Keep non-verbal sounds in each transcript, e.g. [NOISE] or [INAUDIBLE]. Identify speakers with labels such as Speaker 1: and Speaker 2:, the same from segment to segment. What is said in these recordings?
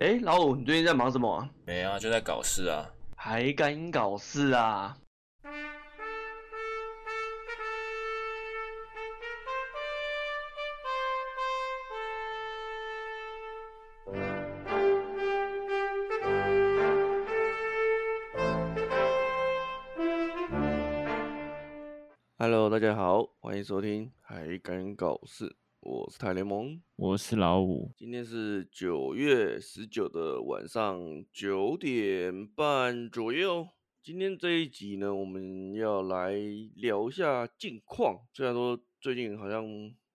Speaker 1: 哎，老五，你最近在忙什么啊？
Speaker 2: 没啊，就在搞事啊。
Speaker 1: 还敢搞事啊？Hello，大家好，欢迎收听《还敢搞事》，我是泰联盟。
Speaker 3: 我是老五，
Speaker 1: 今天是九月十九的晚上九点半左右。今天这一集呢，我们要来聊一下近况。虽然说最近好像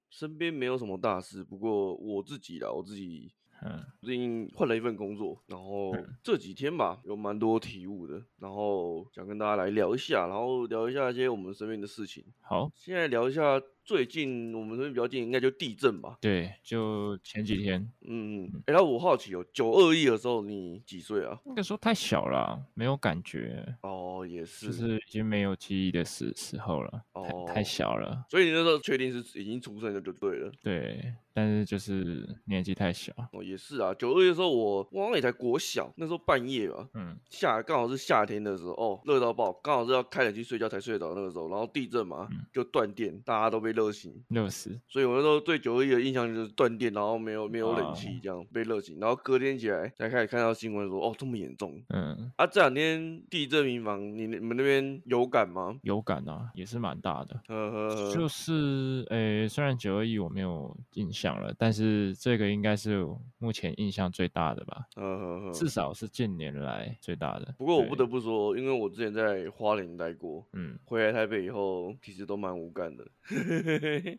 Speaker 1: 身边没有什么大事，不过我自己啦，我自己
Speaker 3: 嗯，
Speaker 1: 最近换了一份工作，然后这几天吧有蛮多体悟的，然后想跟大家来聊一下，然后聊一下一些我们身边的事情。
Speaker 3: 好，
Speaker 1: 现在聊一下最近我们身边比较近，应该就地震吧。
Speaker 3: 对，就前几天，
Speaker 1: 嗯，哎、然后我好奇哦，九二一的时候你几岁啊？
Speaker 3: 那个时候太小了啊，没有感觉，
Speaker 1: 哦，也是，
Speaker 3: 就是已经没有记忆的时时候了，
Speaker 1: 哦
Speaker 3: 太太小了，
Speaker 1: 所以你那时候确定是已经出生了就对了。
Speaker 3: 对，但是就是年纪太小，
Speaker 1: 哦，也是啊，九二一的时候我我好像也才国小，那时候半夜吧，
Speaker 3: 嗯，
Speaker 1: 夏刚好是夏天的时候，哦，热到爆，刚好是要开冷气睡觉才睡得着那个时候，然后地震嘛，
Speaker 3: 嗯
Speaker 1: 就断电，大家都被热醒，
Speaker 3: 六十，
Speaker 1: 所以我那时候对九二一的印象就是断电，然后没有没有
Speaker 3: 啊
Speaker 1: 冷气这样被热醒，然后隔天起来才开始看到新闻说，哦，这么严重。
Speaker 3: 嗯，
Speaker 1: 啊，这两天地震民房，你你们那边有感吗？
Speaker 3: 有感啊，也是蛮大的。
Speaker 1: 呵呵呵，
Speaker 3: 就是，诶、虽然九二一我没有印象了，但是这个应该是我目前印象最大的吧，
Speaker 1: 呵呵呵。
Speaker 3: 至少是近年来最大的。
Speaker 1: 嗯不过我不
Speaker 3: 对
Speaker 1: 得，不说，因为我之前在花莲待过，
Speaker 3: 嗯，
Speaker 1: 回来台北以后，其实都蛮无感的。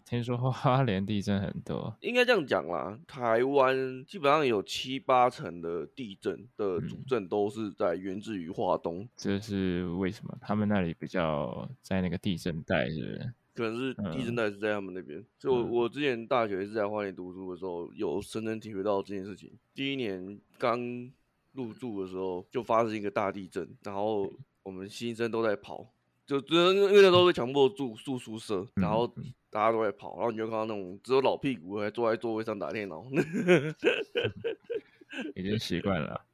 Speaker 3: 听说花莲地震很多，
Speaker 1: 应该这样讲啦，台湾基本上有七八成的地震的
Speaker 3: 嗯
Speaker 1: 主震都是在源自于华东，
Speaker 3: 这是为什么？他们那里比较在那个地震带，是不是？
Speaker 1: 可能是地震带是在他们那边。所以我，
Speaker 3: 嗯
Speaker 1: 我之前大学是在花莲读书的时候，有深深体会到这件事情。第一年刚入住的时候，就发生一个大地震，然后我们新生都在跑，就就因为那时候被强迫住住宿舍，然后大家都在跑，然后你就看到那种只有老屁股还坐在座位上打电脑。
Speaker 3: 已经习惯了。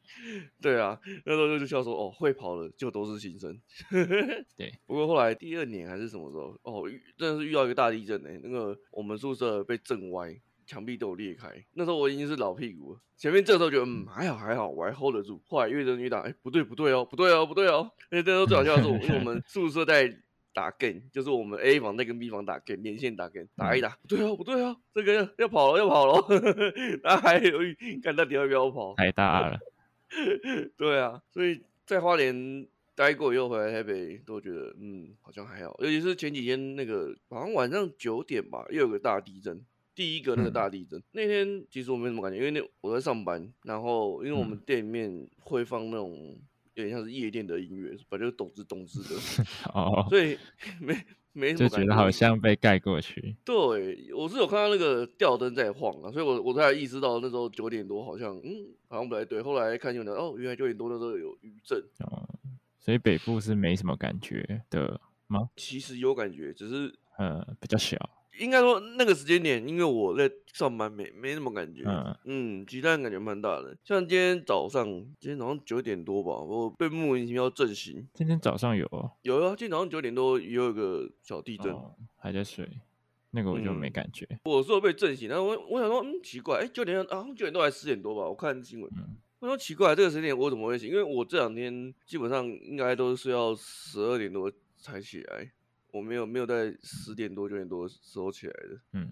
Speaker 1: 对啊，那时候就笑说哦，会跑的就都是新生。 [LAUGHS]
Speaker 3: 对，
Speaker 1: 不过后来第二年还是什么时候，哦，遇真的是遇到一个大地震呢、欸那个我们宿舍被震歪，墙壁都有裂开。那时候我已经是老屁股了，前面这时候觉得嗯还好还好，我还 hold 得住。后来越震越大，哎、不对不对哦，不对哦，不对哦。 [LAUGHS] 那那时候最好笑的是我，因为我们宿舍在。打 game [LAUGHS] 就是我们 A 房在跟 B 房打 game 连线打 game 打一打，不对哦不对哦，这个要要跑了要跑了， [LAUGHS] 大家还犹豫看到底要不要跑，
Speaker 3: 太大了，
Speaker 1: 对啊，所以在花莲待过以后回来台北，都觉得嗯好像还好，尤其是前几天那个好像晚上九点吧，又有个大地震。第一个那个
Speaker 3: 嗯
Speaker 1: 大地震、那天，其实我没什么感觉，因为那我在上班，然后因为
Speaker 3: 嗯
Speaker 1: 我们店里面会放那种有点像是夜店的音乐，反正就咚吱咚吱
Speaker 3: [LAUGHS]
Speaker 1: 的，
Speaker 3: 哦，
Speaker 1: 所以没没什
Speaker 3: 就
Speaker 1: 么感
Speaker 3: 觉得好像被盖过去。
Speaker 1: 对，我是有看到那个吊灯在晃啊，所以我我才意识到那时候九点多好像嗯好像不太对，后来看新闻哦，原来九点多那时候有余震，
Speaker 3: 哦，所以北部是没什么感觉的，
Speaker 1: 其实有感觉，只是
Speaker 3: 呃，比较小。
Speaker 1: 应该说那个时间点，因为我在上班没没什么感觉，
Speaker 3: 嗯
Speaker 1: 嗯，其他人感觉蛮大的。像今天早上，今天早上九点多吧，我被莫名其妙震醒。
Speaker 3: 今天早上有哦
Speaker 1: 有啊，今天早上九点多也有一个小地震，
Speaker 3: 哦，还在睡，那个我就没
Speaker 1: 嗯
Speaker 3: 感觉。
Speaker 1: 我是有被震醒，但我我想说，嗯，奇怪，哎、九点啊，九点多还是十点多吧，我看新闻。
Speaker 3: 嗯
Speaker 1: 我说奇怪，这个时间点我怎么会醒？因为我这两天基本上应该都是要十二点多才起来，我没有没有在十点多九点多的时候起来的。
Speaker 3: 嗯，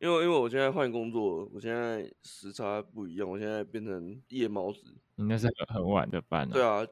Speaker 1: 因为因为我现在换工作，我现在时差不一样，我现在变成夜猫子。
Speaker 3: 你那是很很晚的班了。
Speaker 1: 对啊，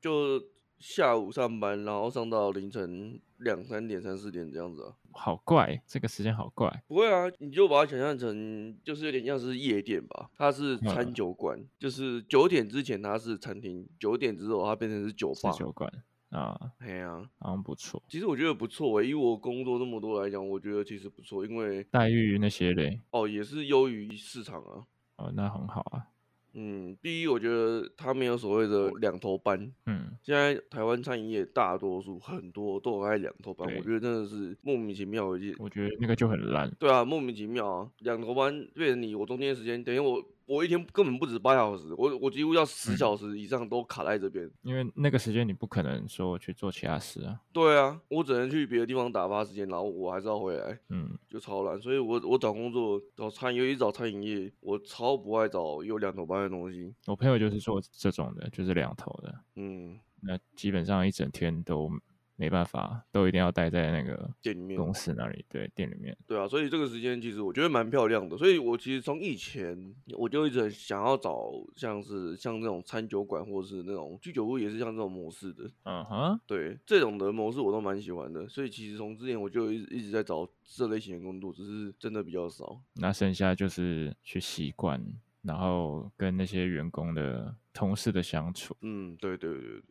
Speaker 1: 就下午上班，然后上到凌晨两三点、三四点这样子啊。
Speaker 3: 好怪，这个时间好怪。
Speaker 1: 不会啊，你就把它想象成就是有点像是夜店吧，它是餐
Speaker 3: 嗯
Speaker 1: 酒馆，就是九点之前它是餐厅，九点之后它变成是酒
Speaker 3: 是
Speaker 1: 吧。
Speaker 3: 酒馆啊，
Speaker 1: 哎呀，
Speaker 3: 好像不错。
Speaker 1: 其实我觉得不错欸诶、以我工作这么多来讲，我觉得其实不错，因为
Speaker 3: 待遇那些嘞，
Speaker 1: 哦也是优于市场啊。
Speaker 3: 哦，那很好啊。
Speaker 1: 嗯，第一，我觉得它没有所谓的两头班。
Speaker 3: 嗯，
Speaker 1: 现在台湾餐饮业大多数很多都有在两头班，
Speaker 3: 对
Speaker 1: 我觉得真的是莫名其妙一件。
Speaker 3: 我觉得那个就很烂。
Speaker 1: 对啊，莫名其妙啊，两头班变成你我中间时间，等于我我一天根本不止八小时，我我几乎要十小时以上都卡在这边。
Speaker 3: 因为那个时间你不可能说我去做其他事啊。
Speaker 1: 对啊，我只能去别的地方打发时间，然后我还是要回来，
Speaker 3: 嗯，
Speaker 1: 就超懒。所以我我找工作找餐，尤其找餐饮业，我超不爱找有两头班的东西。
Speaker 3: 我朋友就是做这种的，就是两头的，
Speaker 1: 嗯，
Speaker 3: 那基本上一整天都没办法，都一定要待在那个
Speaker 1: 店里面
Speaker 3: 公司那里，对，店里面。
Speaker 1: 对啊，所以这个时间其实我觉得蛮漂亮的。所以我其实从以前我就一直很想要找像是像那种餐酒馆或是那种居酒屋，也是像这种模式的。
Speaker 3: 嗯哼，
Speaker 1: 对，这种的模式我都蛮喜欢的。所以其实从之前我就一直一直在找这类型的工作，只是真的比较少。
Speaker 3: 那剩下就是去习惯，然后跟那些员工的同事的相处。
Speaker 1: 嗯，对对对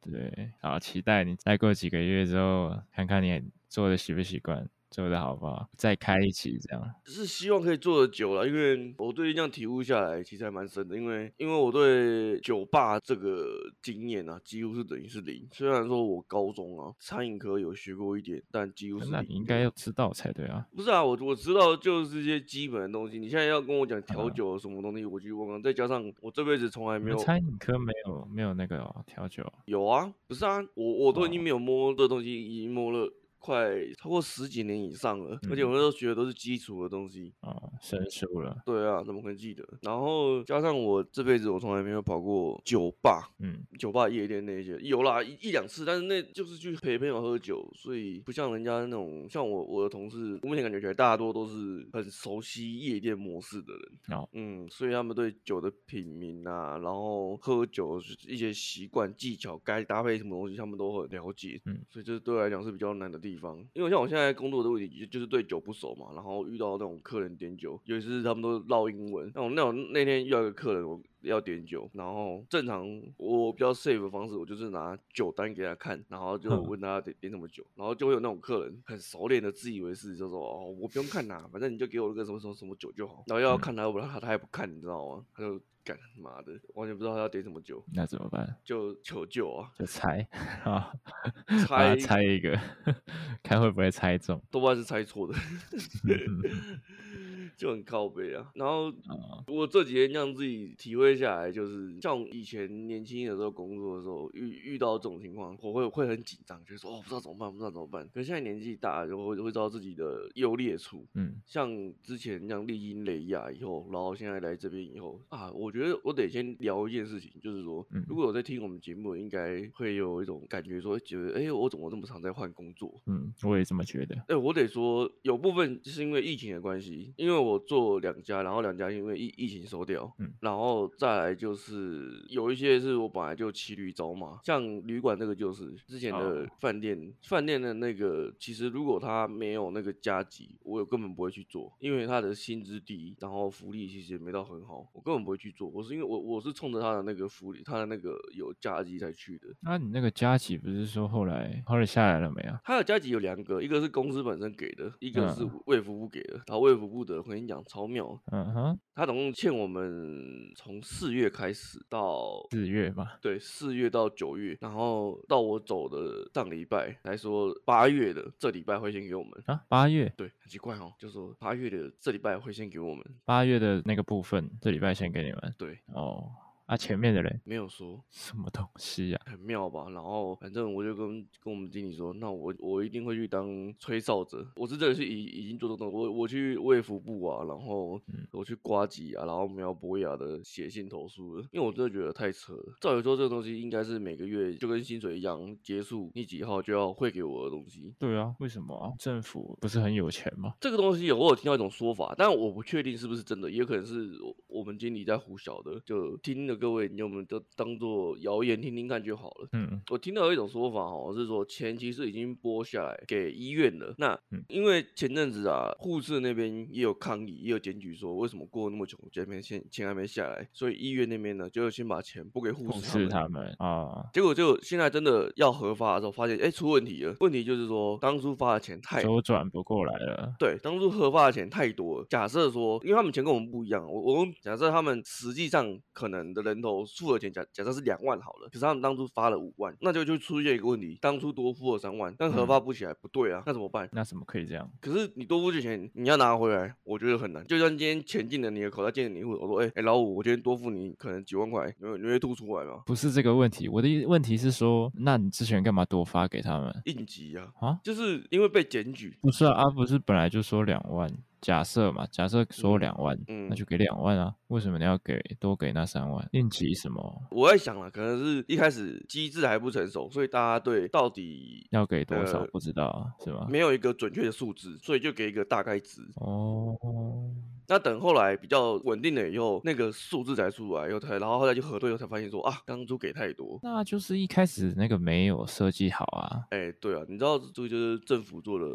Speaker 1: 对，
Speaker 3: 对，好，期待你再过几个月之后，看看你做的习不习惯，做的好不好，再开一期这样。
Speaker 1: 是希望可以做的久了，因为我最近这样体悟下来，其实还蛮深的。因为因为我对酒吧这个经验啊，几乎是等于是零。虽然说我高中啊餐饮科有学过一点，但几乎是
Speaker 3: 那
Speaker 1: 零
Speaker 3: 你应该要知道才对啊。
Speaker 1: 不是啊，我我知道就是一些基本的东西。你现在要跟我讲调
Speaker 3: 嗯
Speaker 1: 酒什么东西，我去问问。再加上我这辈子从来
Speaker 3: 你
Speaker 1: 没
Speaker 3: 们
Speaker 1: 有
Speaker 3: 餐饮科没有没有那个、哦、调酒哦，
Speaker 1: 有啊，不是啊，我我都已经没有摸这东西，已经摸了快超过十几年以上了，而且
Speaker 3: 嗯
Speaker 1: 我那时候学的都是基础的东西。
Speaker 3: 哦生疏了。
Speaker 1: 对啊，怎么可能记得？然后加上我这辈子我从来没有跑过酒吧，
Speaker 3: 嗯，
Speaker 1: 酒吧夜店那些有啦一一两次，但是那就是去陪朋友喝酒，所以不像人家那种像我我的同事，我目前感觉起来大多都是很熟悉夜店模式的人。
Speaker 3: 哦
Speaker 1: 嗯，所以他们对酒的品名啊，然后喝酒一些习惯技巧，该搭配什么东西，他们都很了解。
Speaker 3: 嗯，
Speaker 1: 所以这对我来讲是比较难的地方，因为像我现在工作的问题，就就是对酒不熟嘛，然后遇到那种客人点酒，尤其是他们都唠英文，那种那种那天遇到一个客人，我要点酒，然后正常我比较 safe 的方式，我就是拿酒单给他看，然后就
Speaker 3: 哼
Speaker 1: 问他点点什么酒，然后就会有那种客人很熟练的自以为是，就说哦我不用看啦、反正你就给我那个什么什么什么酒就好，然后要
Speaker 3: 嗯
Speaker 1: 看他，我不他他还不看，你知道吗？他就干妈的，完全不知道他要点什么酒，
Speaker 3: 那怎么办？，
Speaker 1: 就求救啊
Speaker 3: 就猜 [LAUGHS] 啊，把
Speaker 1: 猜
Speaker 3: 它猜一个， [LAUGHS] 看会不会猜中。
Speaker 1: 多半是猜错的，
Speaker 3: 嗯
Speaker 1: [LAUGHS] 就很靠背啊。然后
Speaker 3: 哦
Speaker 1: 我这几天让自己体会下来，就是像以前年轻的时候工作的时候，遇遇到这种情况，我会会很紧张，就说哦不知道怎么办，不知道怎么办。可是现在年纪大了，就会会知道自己的优劣处。
Speaker 3: 嗯
Speaker 1: 像之前这样历经雷亚以后，然后现在来这边以后啊，我觉得我得先聊一件事情，就是说
Speaker 3: 嗯，
Speaker 1: 如果有在听我们节目，应该会有一种感觉说，觉得哎、我怎么这么常在换工作？
Speaker 3: 嗯，我也这么觉得。
Speaker 1: 哎、我得说，有部分是因为疫情的关系，因为我做两家，然后两家因为疫疫情收掉，
Speaker 3: 嗯
Speaker 1: 然后再来就是有一些是我本来就骑驴找马，像旅馆这个就是之前的
Speaker 3: 哦
Speaker 1: 饭店，饭店的那个其实如果他没有那个加急，我也根本不会去做，因为他的薪资低，然后福利其实也没到很好，我根本不会去做，我是因为我我是冲着他的那个福利，他的那个有加急才去的，
Speaker 3: 那、你那个加急不是说后来后来下来了没啊？
Speaker 1: 它的加急有两个，一个是公司本身给的，一个是
Speaker 3: 嗯
Speaker 1: 卫福部给的。然后卫福部的，我跟你讲超妙，
Speaker 3: 嗯哼，
Speaker 1: 他总共欠我们从四月开始到
Speaker 3: 四月吧。
Speaker 1: 对四月到九月，然后到我走的上礼拜来说，八月的这礼拜会先给我们。
Speaker 3: 啊，八月
Speaker 1: 对，很奇怪哦，就说八月的这礼拜会先给我们，
Speaker 3: 八月的那个部分，这礼拜先给你们
Speaker 1: 对，
Speaker 3: 哦。啊，前面的人
Speaker 1: 没有说，
Speaker 3: 什么东西啊呀、
Speaker 1: 很妙吧？然后反正我就跟跟我们经理说，那我我一定会去当吹哨者。我是真的是已已经做这种，我我去卫福部啊，然后
Speaker 3: 嗯
Speaker 1: 我去瓜吉啊，然后苗博雅的写信投诉了，因为我真的觉得太扯了。照理说这个东西应该是每个月就跟薪水一样，结束你几号就要汇给我的东西。
Speaker 3: 对啊，为什么啊？政府不是很有钱吗？
Speaker 1: 这个东西有我有听到一种说法，但我不确定是不是真的，也有可能是我我们经理在胡搅的，就听了各位，你们就当做谣言听听看就好了。
Speaker 3: 嗯
Speaker 1: 我听到有一种说法哦，是说钱其实已经拨下来给医院了。那
Speaker 3: 嗯
Speaker 1: 因为前阵子啊，护士那边也有抗议，也有检举说为什么过那么久，这边钱钱还没下来，所以医院那边呢就先把钱拨给护
Speaker 3: 不
Speaker 1: 士他
Speaker 3: 是
Speaker 1: 们。
Speaker 3: 他们啊，
Speaker 1: 结果就现在真的要合法的时候，发现哎出问题了。问题就是说当初发的钱太
Speaker 3: 周转不过来了。
Speaker 1: 对，当初合法的钱太多了。假设说，因为他们钱跟我们不一样，我我们假设他们实际上可能的的人头付的钱假假设是两万好了，可是他们当初发了五万，那就就出现一个问题，当初多付了三万，但核发不起来，不对啊，那怎么办？
Speaker 3: 那怎么可以这样？
Speaker 1: 可是你多付这钱，你要拿回来，我觉得很难。就算今天钱进了你的口袋，进了你的户头，我说，哎、哎，老五，我今天多付你可能几万块，你会你会吐出来吗？
Speaker 3: 不是这个问题，我的意问题是说，那你之前干嘛多发给他们
Speaker 1: 应急啊，
Speaker 3: 啊？
Speaker 1: 就是因为被检举，
Speaker 3: 不是啊，啊不是本来就说两万，假设嘛，假设说
Speaker 1: 嗯
Speaker 3: 两万，
Speaker 1: 嗯
Speaker 3: 那就给两万啊，为什么你要给多给那三万？应急什么？
Speaker 1: 我在想了，可能是一开始机制还不成熟，所以大家对到底
Speaker 3: 要给多少
Speaker 1: 呃
Speaker 3: 不知道啊，是吗？
Speaker 1: 没有一个准确的数字，所以就给一个大概值。
Speaker 3: 哦，
Speaker 1: 那等后来比较稳定了以后，那个数字才出来，又才然后后来就核对，以后才发现说啊，当初给太多。
Speaker 3: 那就是一开始那个没有设计好啊，
Speaker 1: 哎、对啊，你知道这个就是政府做的，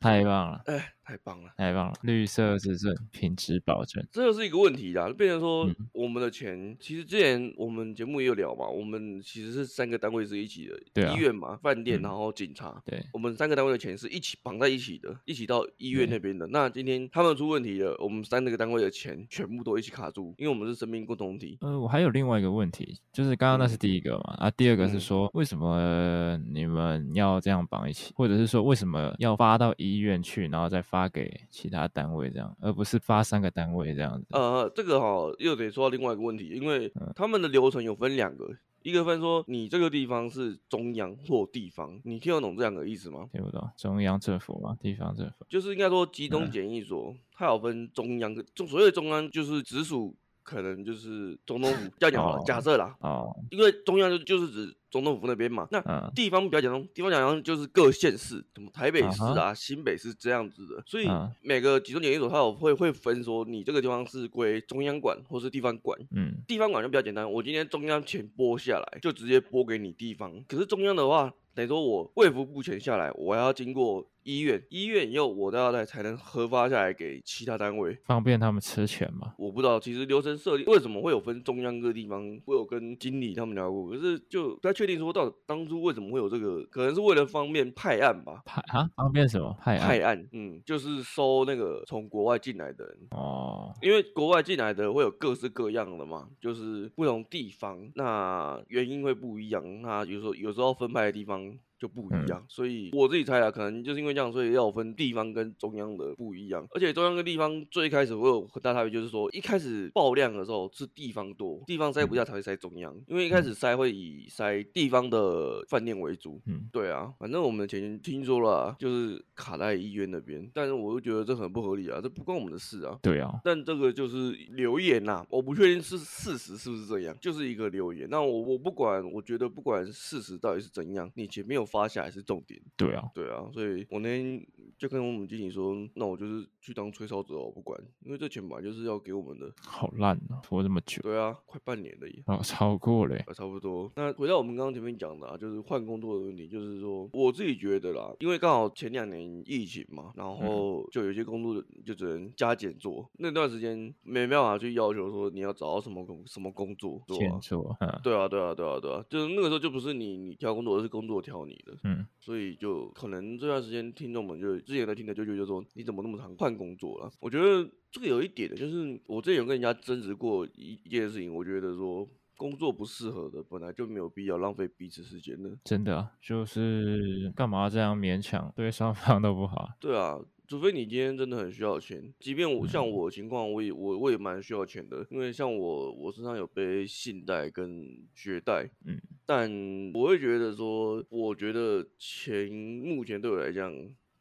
Speaker 3: 太棒了，
Speaker 1: 哎，太棒了。
Speaker 3: 太棒了，绿色执政，品质保证。
Speaker 1: 这就是一个问题啦，变成说
Speaker 3: 嗯
Speaker 1: 我们的钱，其实之前我们节目也有聊嘛，我们其实是三个单位是一起的，
Speaker 3: 对啊
Speaker 1: 医院嘛、饭店，
Speaker 3: 嗯
Speaker 1: 然后警察。
Speaker 3: 对，
Speaker 1: 我们三个单位的钱是一起绑在一起的，一起到医院
Speaker 3: 对
Speaker 1: 那边的。那今天他们出问题了，我们三个单位的钱全部都一起卡住，因为我们是生命共同体。
Speaker 3: 呃，我还有另外一个问题，就是刚刚那是
Speaker 1: 嗯
Speaker 3: 第一个嘛，啊，第二个是
Speaker 1: 嗯
Speaker 3: 说为什么你们要这样绑一起，或者是说为什么要发到医院去，然后再发给其他单位这样，而不是发三个单位这样子？
Speaker 1: 呃，这个哈、又得说到另外一个问题，因为
Speaker 3: 嗯
Speaker 1: 他们的流程有分两个，一个分说你这个地方是中央或地方，你听得懂这两个意思吗？
Speaker 3: 听不懂，中央政府嘛，地方政府，
Speaker 1: 就是应该说集中
Speaker 3: 嗯
Speaker 1: 检疫所，它有分中央跟中，所谓的中央就是直属，可能就是总统府。这样讲好了，假
Speaker 3: 哦
Speaker 1: 设啦，
Speaker 3: 哦，
Speaker 1: 因为中央就就是指总统府那边嘛，那。
Speaker 3: 嗯，
Speaker 1: 地方比较讲中，地方讲中就是各县市，什么台北市
Speaker 3: 啊
Speaker 1: 啊、新北市这样子的，所以
Speaker 3: 嗯
Speaker 1: 每个集中检疫所它有会会分说，你这个地方是归中央管或是地方管，
Speaker 3: 嗯，
Speaker 1: 地方管就比较简单，我今天中央钱拨下来，就直接拨给你地方。可是中央的话，等于说我卫福部钱下来，我还要经过医院，医院以后我都要再才能核发下来给其他单位。
Speaker 3: 方便他们吃钱嘛，
Speaker 1: 我不知道，其实流程设立为什么会有分中央各地方，我有跟经理他们聊过，可是就不太确定说到底当初为什么会有这个，可能是为了方便派案吧。
Speaker 3: 派啊，方便什么派案
Speaker 1: 派案，嗯，就是收那个从国外进来的人，
Speaker 3: 哦，
Speaker 1: 因为国外进来的会有各式各样的嘛，就是不同地方，那原因会不一样。那有时候有时候分派的地方就不一样，所以我自己猜啊，可能就是因为这样，所以要分地方跟中央的不一样。而且中央跟地方最开始会有很大差别，就是说一开始爆量的时候是地方多，地方塞不下才会塞中央，因为一开始塞会以塞地方的饭店为主，
Speaker 3: 嗯，
Speaker 1: 对啊，反正我们前前听说了啊，就是卡在医院那边，但是我又觉得这很不合理啊，这不关我们的事啊。
Speaker 3: 对啊，
Speaker 1: 但这个就是留言呐、我不确定是事实是不是这样，就是一个留言。那我我不管，我觉得不管事实到底是怎样，你钱没有发下来是重点。
Speaker 3: 对啊，
Speaker 1: 对啊，所以我那天就跟我们经理说，那我就是去当吹哨者，我哦不管，因为这钱本来就是要给我们的。
Speaker 3: 好烂啊，拖这么久，
Speaker 1: 对啊，快半年了耶。
Speaker 3: 哦，超过嘞，
Speaker 1: 啊，差不多。那回到我们刚刚前面讲的啊，就是换工作的问题，就是说我自己觉得啦，因为刚好前两年疫情嘛，然后就有些工作就只能加减做，那段时间没办法去要求说你要找到什么工什么工作做啊
Speaker 3: 欠。做，嗯
Speaker 1: 对啊，对啊，对啊，对啊，就是那个时候就不是你你挑工作，而是工作挑你的，
Speaker 3: 嗯，
Speaker 1: 所以就可能这段时间听众们就之前在听的就觉得说你怎么那么常换工作了、我觉得这个有一点的，就是我之前有跟人家争执过一一件事情，我觉得说工作不适合的本来就没有必要浪费彼此时间的。
Speaker 3: 真的啊就是干嘛这样勉强，对双方都不好 [LAUGHS] 啊。
Speaker 1: 对啊，除非你今天真的很需要钱，即便我像我的情况，我也我我也蛮需要钱的，因为像我我身上有背信贷跟学贷，
Speaker 3: 嗯，
Speaker 1: 但我会觉得说，我觉得钱目前对我来讲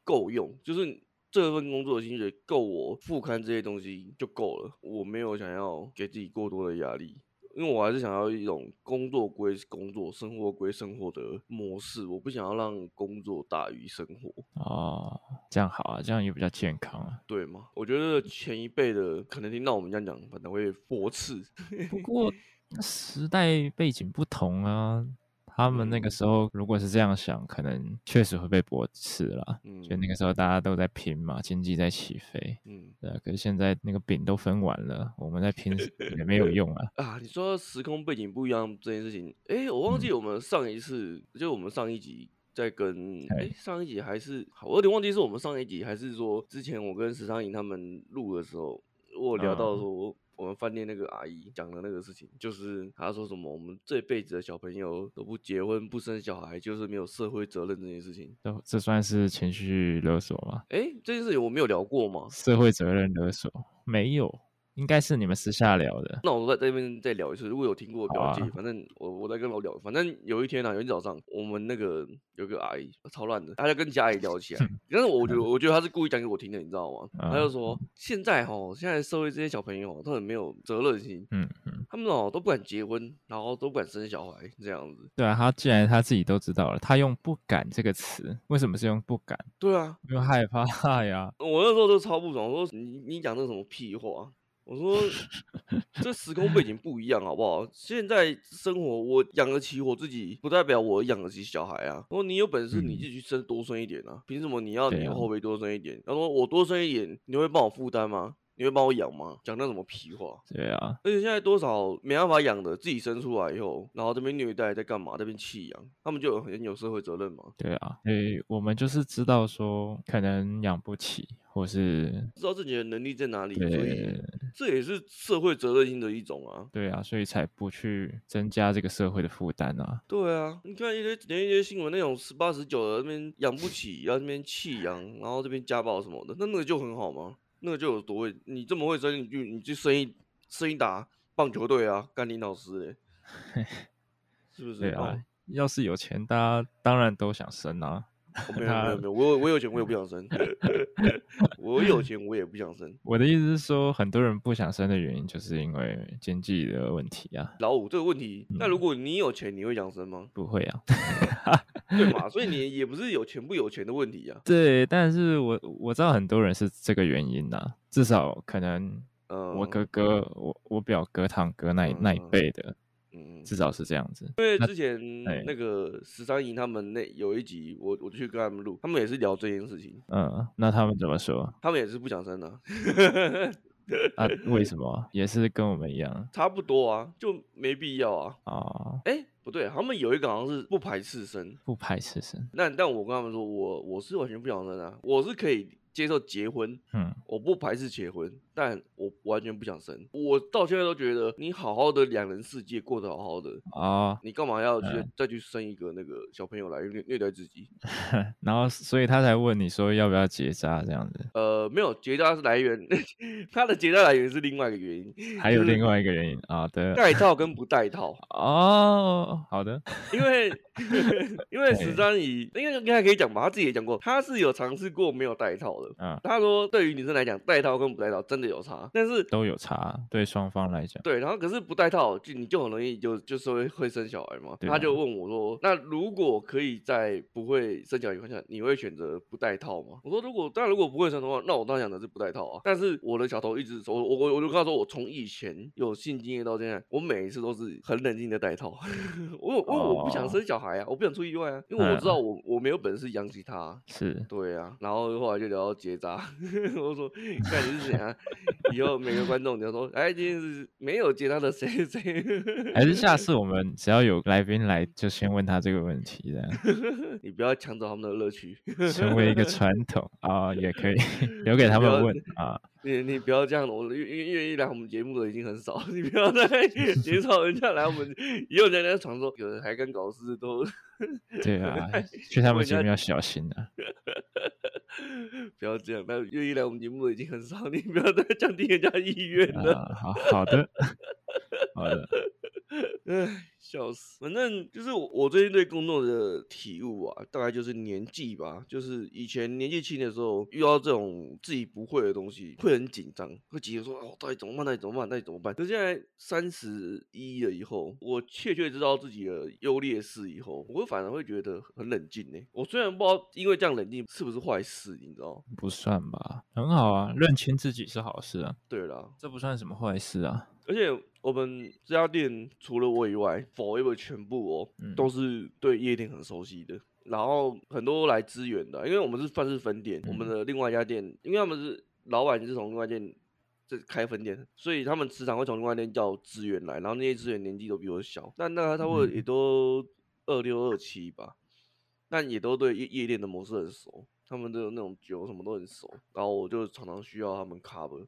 Speaker 1: 够用，就是。这份工作的薪水够我复刊这些东西就够了，我没有想要给自己过多的压力。因为我还是想要一种工作归工作、生活归生活的模式，我不想要让工作大于生活，
Speaker 3: 哦，这样好啊，这样也比较健康啊。
Speaker 1: 对吗？我觉得前一辈的可能听到我们这样讲，反而会驳斥。
Speaker 3: 不过时代背景不同啊，他们那个
Speaker 1: 嗯
Speaker 3: 时候如果是这样想，可能确实会被驳斥啦。就
Speaker 1: 嗯
Speaker 3: 那个时候大家都在拼嘛，经济在起飞，
Speaker 1: 嗯
Speaker 3: 对啊。可是现在那个饼都分完了，我们在拼什么也没有用 [LAUGHS] 啊。
Speaker 1: 啊，你说时空背景不一样这件事情，哎，我忘记
Speaker 3: 嗯
Speaker 1: 我们上一次，就我们上一集。在跟
Speaker 3: 哎
Speaker 1: 哎上一集还是好我有点忘记是我们上一集还是说之前我跟石昌颖他们录的时候，我有聊到
Speaker 3: 嗯
Speaker 1: 说我们饭店那个阿姨讲的那个事情，就是她说什么我们这辈子的小朋友都不结婚不生小孩，就是没有社会责任这件事情。
Speaker 3: 这这算是情绪勒索吗？
Speaker 1: 哎、这件事情我没有聊过吗？
Speaker 3: 社会责任勒索没有，应该是你们私下聊的。
Speaker 1: 那我在这边再聊一次，如果有听过的
Speaker 3: 好
Speaker 1: 表
Speaker 3: 啊
Speaker 1: 姐，反正我我在跟老聊，反正有一天啊，有一天早上，我们那个有个阿姨超烂的，她就跟家里聊起来，但是我觉得我觉得她是故意讲给我听的，你知道吗？她就
Speaker 3: 嗯
Speaker 1: 说现在哈，现在社会这些小朋友都很没有责任心，
Speaker 3: 嗯嗯，
Speaker 1: 他们哦都不敢结婚，然后都不敢生小孩这样子。
Speaker 3: 对啊，他既然他自己都知道了，他用“不敢”这个词，为什么是用“不敢
Speaker 1: 对啊，”？
Speaker 3: 因为害怕 [LAUGHS] 呀。
Speaker 1: 我那时候就超不爽，我说你你讲这什么屁话？我
Speaker 3: [LAUGHS]
Speaker 1: 说这时空背景不一样，好不好？现在生活我养得起我自己，不代表我养得起小孩啊。我说你有本事你自己去生多生一点啊，凭什么你要
Speaker 3: 嗯对
Speaker 1: 你
Speaker 3: 啊
Speaker 1: 后辈多生一点？他说我多生一点，你会帮我负担吗？你会帮我养吗？讲那什么屁话！
Speaker 3: 对啊，
Speaker 1: 而且现在多少没办法养的，自己生出来以后，然后这边虐待，在干嘛？这边弃养，他们就很有社会责任嘛。
Speaker 3: 对啊，所以我们就是知道说，可能养不起，或是
Speaker 1: 知道自己的能力在哪里，所以
Speaker 3: 对
Speaker 1: 这也是社会责任心的一种啊。
Speaker 3: 对啊，所以才不去增加这个社会的负担啊。
Speaker 1: 对啊，你看一堆连一堆新闻那种十八十九的那边养不起，然后这边弃养，然后这边家暴什么的，那那个就很好吗？那个就有多会，你这么会生，你就你去生一生一打棒球队啊，干林老师嘞、
Speaker 3: [LAUGHS]
Speaker 1: 是不是？
Speaker 3: 对
Speaker 1: 哦
Speaker 3: 啊，要是有钱，大家当然都想生啊。 [LAUGHS]
Speaker 1: 我哦没有没有没有，我有我有钱我也不想生，我有钱我也不想生。
Speaker 3: 我的意思是说，很多人不想生的原因，就是因为经济的问题啊。
Speaker 1: 老五这个问题，那如果你有钱，你会想生吗？
Speaker 3: 不会啊， [LAUGHS]
Speaker 1: 对嘛？所以你也不是有钱不有钱的问题啊。
Speaker 3: 对，但是我我知道很多人是这个原因呐、啊至少可能
Speaker 1: 嗯，
Speaker 3: [LAUGHS] 我哥哥、我我表哥、堂哥那一那一
Speaker 1: 嗯嗯嗯
Speaker 3: 辈的，
Speaker 1: 嗯，
Speaker 3: 至少是这样子。
Speaker 1: 因为之前
Speaker 3: 哎
Speaker 1: 那个十三姨他们那有一集，我我就去跟他们录，他们也是聊这件事情，
Speaker 3: 嗯，那他们怎么说
Speaker 1: 他们也是不想生的啊、
Speaker 3: 啊？为什么也是跟我们一样
Speaker 1: 差不多啊，就没必要啊。
Speaker 3: 啊、哦？
Speaker 1: 哎、不对，他们有一个好像是不排斥生，
Speaker 3: 不排斥生，
Speaker 1: 但但我跟他们说，我我是完全不想生啊，我是可以接受结婚，
Speaker 3: 嗯，
Speaker 1: 我不排斥结婚，但我完全不想生。我到现在都觉得，你好好的两人世界过得好好的，
Speaker 3: 哦，
Speaker 1: 你干嘛要去、再去生一个那个小朋友来虐虐待自己？
Speaker 3: 然后所以他才问你说要不要结扎这样子，
Speaker 1: 呃，没有结扎是来源， [LAUGHS] 他的结扎来源是另外一个原因，
Speaker 3: 还有另外一个原因啊、对，
Speaker 1: 带套跟不带套，啊
Speaker 3: 哦，好的，
Speaker 1: 因为因为
Speaker 3: 对
Speaker 1: 十三姨，应该应该可以讲吧，他自己也讲过，他是有尝试过没有带套的。
Speaker 3: 嗯，
Speaker 1: 他说，对于女生来讲，带套跟不带套真的有差，但是
Speaker 3: 都有差，对双方来讲，
Speaker 1: 对，然后可是不带套，就你就很容易就就是会会生小孩嘛。
Speaker 3: 对
Speaker 1: 他
Speaker 3: 啊
Speaker 1: 就问我说：“那如果可以在不会生小孩的情况下，你会选择不带套吗？”我说：“如果当然如果不会生的话，那我当然想的是不带套啊。但是我的小头一直说，我我我就跟他说，我从以前有性经验到现在，我每一次都是很冷静的带套。 [LAUGHS] 我我我不想
Speaker 3: 哦嗯
Speaker 1: 生小孩啊，我不想出意外啊，因为我知道我我没有本事养起他啊、
Speaker 3: 是
Speaker 1: 对啊，然后后来就聊到结扎， [LAUGHS] 我说看你是谁啊？以后每个观众你要说，哎，今天是没有结扎的谁谁谁，
Speaker 3: 还是下次我们只要有来宾来，就先问他这个问题，
Speaker 1: [LAUGHS]
Speaker 3: 这样
Speaker 1: [LAUGHS] 你不要抢走他们的乐趣，
Speaker 3: 成为一个传统啊、也可以 [LAUGHS] 留给他
Speaker 1: 不要
Speaker 3: 们问啊。
Speaker 1: 你你不要这样，我愿愿愿意来我们节目的已经很少，你不要再减少人家来我们，也有人在传说，有人还跟搞事都 [LAUGHS]
Speaker 3: 对 [LAUGHS] 啊，去他们
Speaker 1: 问
Speaker 3: 节
Speaker 1: 人
Speaker 3: 目
Speaker 1: 家
Speaker 3: 要小心啊。
Speaker 1: 不要这样，但愿意来我们节目的已经很少，你不要再降低人家意愿了。
Speaker 3: 啊，好好 [LAUGHS] 的，好的，
Speaker 1: 唉，笑死！反正就是我我最近对工作的体悟啊，大概就是年纪吧。就是以前年纪轻的时候，遇到这种自己不会的东西，会很紧张，会急着说：“哦，到底怎么办？到底怎么办？到底怎么办？”可是现在三十一了以后，我确切知道自己的优劣势以后，我会反而会觉得很冷静呢、我虽然不知道因为这样冷静是不是坏事，你知道？
Speaker 3: 不算吧，很好啊，认清自己是好事啊，
Speaker 1: 对啦，
Speaker 3: 这不算什么坏事啊。
Speaker 1: 而且我们这家店除了我以外，Forever 全部哦、
Speaker 3: 嗯
Speaker 1: 都是对夜店很熟悉的，然后很多来支援的，因为我们是算是分店，我们的另外一家店，因为他们是老板是从另外一家店。这开分店，所以他们时常会从另外一店叫支援来，然后那些支援年纪都比我小，但那他会也都二六二七吧，但也都对夜夜店的模式很熟，他们的那种酒什么都很熟，然后我就常常需要他们 cover，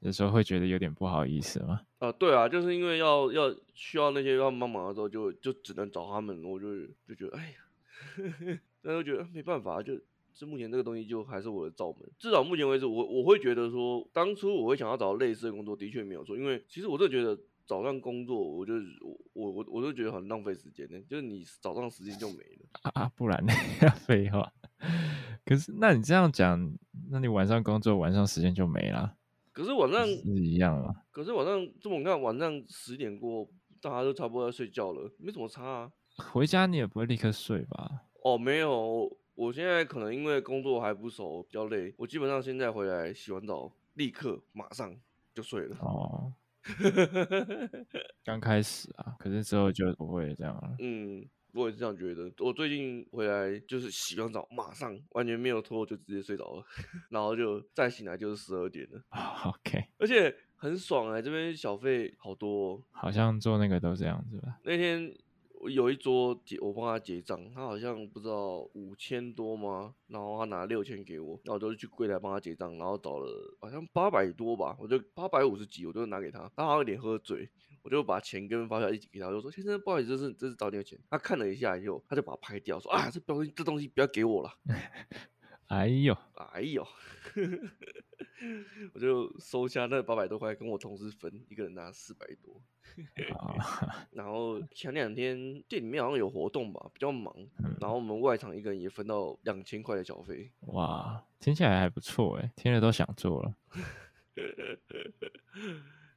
Speaker 3: 有时候会觉得有点不好意思嘛。
Speaker 1: 啊，对啊，就是因为要要需要那些要帮忙的时候就，就只能找他们，我就就觉得哎呀， [LAUGHS] 但是觉得没办法，就这目前这个东西就还是我的罩门。至少目前为止，我我会觉得说，当初我会想要找类似的工作，的确没有错，因为其实我真的觉得。早上工作，我就我我我我就觉得很浪费时间呢，就是你早上时间就没了。
Speaker 3: 啊，不然呢？ [LAUGHS] 废话。可是，那你这样讲，那你晚上工作，晚上时间就没了，
Speaker 1: 可是晚
Speaker 3: [LAUGHS]
Speaker 1: 上
Speaker 3: 是一样吗？
Speaker 1: 可是晚上这么你看，晚上十点过后，大家都差不多要睡觉了，没什么差啊。
Speaker 3: 回家你也不会立刻睡吧？
Speaker 1: 哦，没有，我现在可能因为工作还不熟，比较累，我基本上现在回来洗完澡，立刻马上就睡了。 [LAUGHS]
Speaker 3: 哦，刚开始啊，可是之后就不会这样了。
Speaker 1: 嗯，我也是这样觉得。我最近回来就是洗完澡，马上完全没有拖，就直接睡着了， [LAUGHS] 然后就再醒来就是十二点了，
Speaker 3: 啊 OK，
Speaker 1: 而且很爽哎、这边小费好多、哦。
Speaker 3: 好像做那个都这样子吧？
Speaker 1: 那天我有一桌结，我帮他结账，他好像不知道五千多吗？然后他拿六千给我，那我就去柜台帮他结账，然后找了好像八百多吧，我就八百五十几，我就拿给他，他好像有点喝醉。我就把钱跟发票一起给他，我就说：“先生，不好意思，这是这是早点的钱。”他看了一下以后，他就把它拍掉，说：“啊，这标这东西不要给我了。
Speaker 3: 哎呦，”
Speaker 1: 哎呦， [LAUGHS] 我就收下那八百多块，跟我同事分，一个人拿四百多。
Speaker 3: 啊
Speaker 1: 然后前两天店里面好像有活动吧，比较忙
Speaker 3: 嗯，
Speaker 1: 然后我们外场一个人也分到两千块的小费，
Speaker 3: 哇，听起来还不错哎，听了都想做了。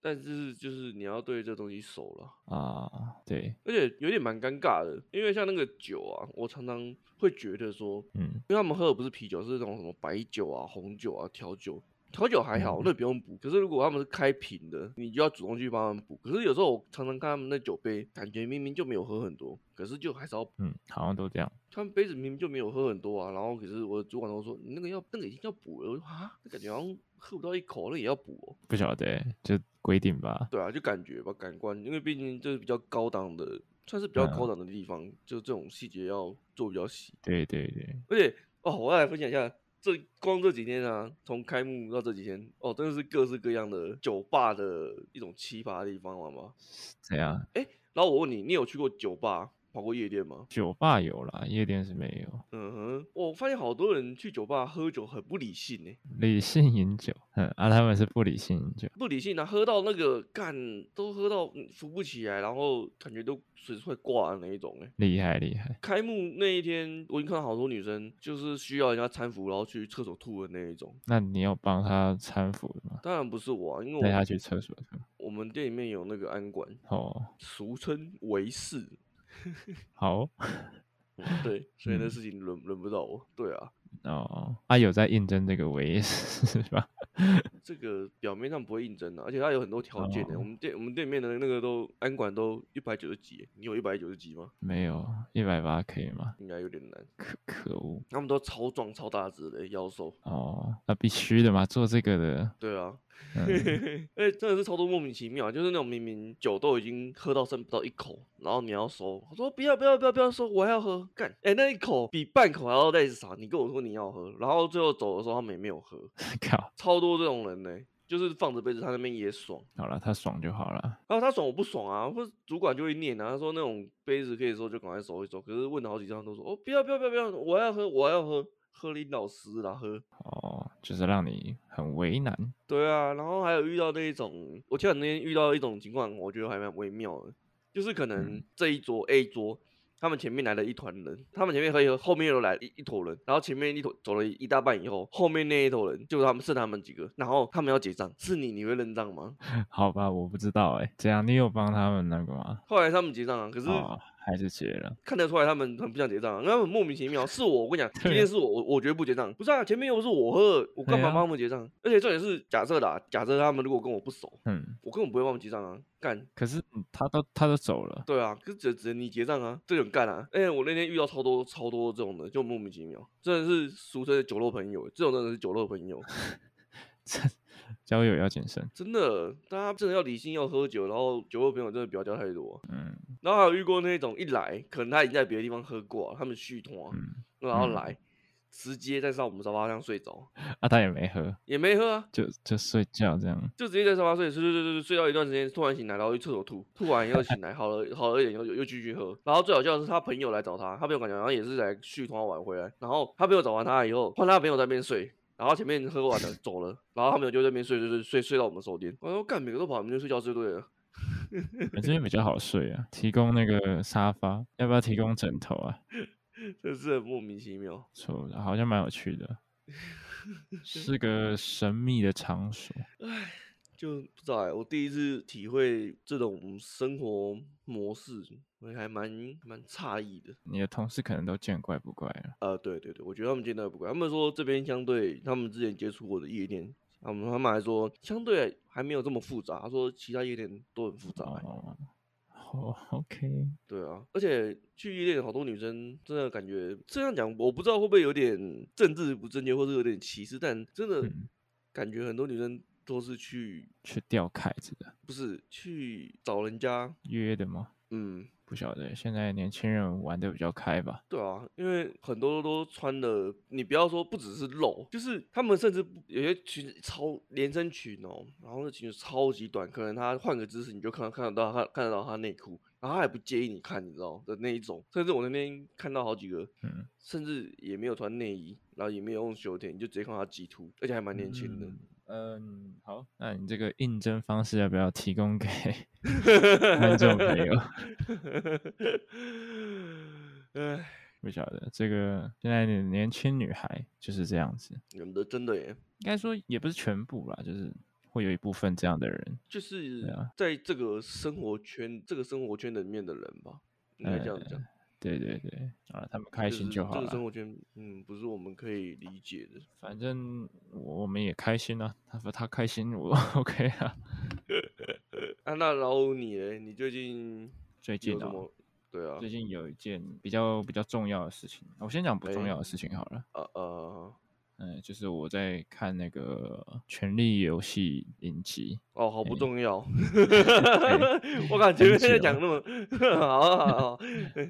Speaker 1: 但是就是你要对这东西熟了，
Speaker 3: 啊，对，
Speaker 1: 而且有点蛮尴尬的，因为像那个酒啊，我常常会觉得说，
Speaker 3: 嗯，
Speaker 1: 因为他们喝的不是啤酒，是那种什么白酒啊、红酒啊、调酒。调酒还好，那不用补。可是如果他们是开瓶的，你就要主动去帮他们补。可是有时候我常常看他们那酒杯，感觉明明就没有喝很多，可是就还是要补
Speaker 3: 嗯，好像都这样。
Speaker 1: 他们杯子明明就没有喝很多啊，然后可是我的主管都说你那个要那个已经要补了，我说啊，那感觉好像喝不到一口，那也要补哦。
Speaker 3: 不晓得欸，就规定吧。
Speaker 1: 对啊，就感觉吧，感官，因为毕竟这是比较高档的，算是比较
Speaker 3: 嗯
Speaker 1: 高档的地方，就这种细节要做比较细。
Speaker 3: 对对对，
Speaker 1: 而且哦，我要来分享一下，这光这几天啊，从开幕到这几天，哦，真的是各式各样的酒吧的一种奇葩的地方，好吗？
Speaker 3: 怎样？
Speaker 1: 然后我问你，你有去过酒吧、跑过夜店吗？
Speaker 3: 酒吧有啦，夜店是没有。
Speaker 1: 嗯哼，我发现好多人去酒吧喝酒很不理性欸呢、
Speaker 3: 理性饮酒，嗯啊，他们是不理性饮酒，
Speaker 1: 不理性啊，喝到那个干都喝到嗯扶不起来，然后感觉都随时会挂的那一种哎、
Speaker 3: 厉害厉害。
Speaker 1: 开幕那一天，我已经看到好多女生就是需要人家搀扶，然后去厕所吐的那一种。
Speaker 3: 那你有帮他搀扶的吗？
Speaker 1: 当然不是我、啊，因为
Speaker 3: 带他
Speaker 1: 我
Speaker 3: 去厕所的吗
Speaker 1: 我们店里面有那个安管，
Speaker 3: 哦，
Speaker 1: 俗称维士。
Speaker 3: 好
Speaker 1: 嗯对，
Speaker 3: [LAUGHS]
Speaker 1: 所以那
Speaker 3: 嗯
Speaker 1: 事情轮轮不到我。对啊，
Speaker 3: 哦，他、有在应征这个维是吧？
Speaker 1: 这个表面上不会应征的、而且它有很多条件的、欸
Speaker 3: 哦
Speaker 1: 我们店我们店里面的那个都安管都一百九十几欸，你有一百九十几吗？
Speaker 3: 没有，一百八可以吗？
Speaker 1: 应该有点难。
Speaker 3: 可可恶
Speaker 1: 他们都超壮超大只的欸妖兽。
Speaker 3: 哦，那必须的嘛，做这个的，
Speaker 1: 对啊， [LAUGHS]
Speaker 3: 嗯
Speaker 1: 哎，真的是超多莫名其妙，就是那种明明酒都已经喝到剩不到一口，然后你要收，我说不要不要不要不要收，我还要喝，干，哎，那一口比半口还要再少，你跟我说你要喝，然后最后走的时候他们也没有喝，
Speaker 3: 靠，
Speaker 1: 超多这种人呢、就是放着杯子，他那边也爽，
Speaker 3: 好了，他爽就好了。
Speaker 1: 然后他爽我不爽啊，或者主管就会念啊，他说那种杯子可以收就赶快收一收，可是问了好几张都说哦不要不要不要不要，我要喝我要喝，喝林老师啦喝，
Speaker 3: 哦，就是让你很为难。 [LAUGHS]
Speaker 1: 对啊，然后还有遇到那一种，我前两天遇到一种情况，我觉得还蛮微妙的，就是可
Speaker 3: 嗯
Speaker 1: 能这一桌 A 桌，他们前面来了一团人，他们前面和有后面又来一一坨人，然后前面一坨走了一大半以后，后面那一坨人就他们剩他们几个，然后他们要结账，是你你会认账吗？
Speaker 3: 好吧，我不知道哎、这样你有帮他们那个吗？
Speaker 1: 后来他们结账啊，可是
Speaker 3: 哦，还是结了。
Speaker 1: 看得出来他们很不想结账、啊，他们很莫名其妙。是我，我跟
Speaker 3: [LAUGHS]
Speaker 1: 你讲，今天是我，我我绝对不结账。不是啊，前面又不是我喝，我干
Speaker 3: 对
Speaker 1: 嘛
Speaker 3: 啊
Speaker 1: 帮他们结账？而且重点是假设的、啊，假设他们如果跟我不熟，
Speaker 3: 嗯，
Speaker 1: 我根本不会帮他们结账啊，干。
Speaker 3: 可是嗯他都他都走了，
Speaker 1: 对啊，可是只只能你结账啊，这个很干啊。哎、我那天遇到超多超多这种的，就莫名其妙，真的是俗称的酒肉朋友，这种真的是酒肉朋友，
Speaker 3: 这交友要谨慎。
Speaker 1: 真的，大家真的要理性，要喝酒，然后酒肉朋友真的不要交太多。
Speaker 3: 嗯
Speaker 1: 然后还有遇过那种一来，可能他已经在别的地方喝过啊、他们续托啊、
Speaker 3: 嗯，
Speaker 1: 然后
Speaker 3: 嗯
Speaker 1: 来，直接在上我们沙发上睡着，
Speaker 3: 啊，他也没喝，
Speaker 1: 也没喝啊，
Speaker 3: 就就睡觉
Speaker 1: [LAUGHS]
Speaker 3: 这样。
Speaker 1: 就直接在沙发睡，睡睡睡睡睡到一段时间，突然醒来，然后去厕所吐，吐完又醒来，好了好了一点，又又继续喝。然后最好笑的是他朋友来找他，他朋友感觉好像也是来续通话晚回来，然后他朋友找完他以后，换他朋友在那边睡。然后前面喝完了走了，然后他朋友就在那边睡睡睡睡睡到我们手边。我说干，每个都跑我们就睡觉就对了。 [LAUGHS]
Speaker 3: 欸这边比较好睡啊，提供那个沙发，要不要提供枕头啊？
Speaker 1: 真是很莫名其妙。
Speaker 3: 错了，好像蛮有趣的，是个神秘的场所。
Speaker 1: 就不知道哎、我第一次体会这种生活模式，我还蛮蛮诧异的。
Speaker 3: 你的同事可能都见怪不怪了。
Speaker 1: 呃，对对对，我觉得他们见得不怪，他们说这边相对他们之前接触过的夜店，他们他们还说相对还没有这么复杂，他说其他夜店都很复杂欸、
Speaker 3: 哦，好，OK，
Speaker 1: 对啊，而且去夜店好多女生真的感觉这样讲，我不知道会不会有点政治不正确，或是有点歧视，但真的
Speaker 3: 嗯
Speaker 1: 感觉很多女生都是去
Speaker 3: 去钓凯子的
Speaker 1: 不是去找人家，
Speaker 3: 约的吗？
Speaker 1: 嗯，
Speaker 3: 不晓得，现在年轻人玩的比较开吧？
Speaker 1: 对啊，因为很多都穿的，你不要说不只是露，就是他们甚至不有些裙子超连身裙哦，然后那裙子超级短，可能他换个姿势你就看看得到他看得到他内裤，然后他也不介意你看，你知道的那一种。甚至我那天看到好几个，
Speaker 3: 嗯，
Speaker 1: 甚至也没有穿内衣，然后也没有用修剪，你就直接看到他鸡突，而且还蛮年轻的。
Speaker 3: 嗯，好，那你这个应征方式要不要提供给
Speaker 1: [LAUGHS]
Speaker 3: 观众朋友？嗯
Speaker 1: 哎，
Speaker 3: 不晓得，这个现在的年轻女孩就是这样子，
Speaker 1: 有的真的耶，
Speaker 3: 应该说也不是全部啦，就是会有一部分这样的人。
Speaker 1: 就是
Speaker 3: 啊
Speaker 1: 在这个生活圈这个生活圈里面的人吧，应该这样
Speaker 3: 哎
Speaker 1: 讲。
Speaker 3: 对对对，啊，他们开
Speaker 1: 就
Speaker 3: 心
Speaker 1: 是
Speaker 3: 就好
Speaker 1: 这个生
Speaker 3: 了。
Speaker 1: 活圈，嗯，不是我们可以理解的。
Speaker 3: 反正我我们也开心啊，他说他开心我 [LAUGHS] OK 啊。
Speaker 1: 啊，那老五你嘞？你最近
Speaker 3: 最近
Speaker 1: 有什
Speaker 3: 啊、
Speaker 1: 么？对啊
Speaker 3: 最，近有一件比较比较重要的事情，我先讲不重
Speaker 1: 哎
Speaker 3: 要的事情好了。
Speaker 1: 呃呃，
Speaker 3: 嗯，就是我在看那个《权力游戏》影集，
Speaker 1: 哦，好不重要。我
Speaker 3: [LAUGHS] 哎
Speaker 1: 感觉
Speaker 3: 很
Speaker 1: 在
Speaker 3: 久
Speaker 1: 讲那么， [LAUGHS] 好啊好好好，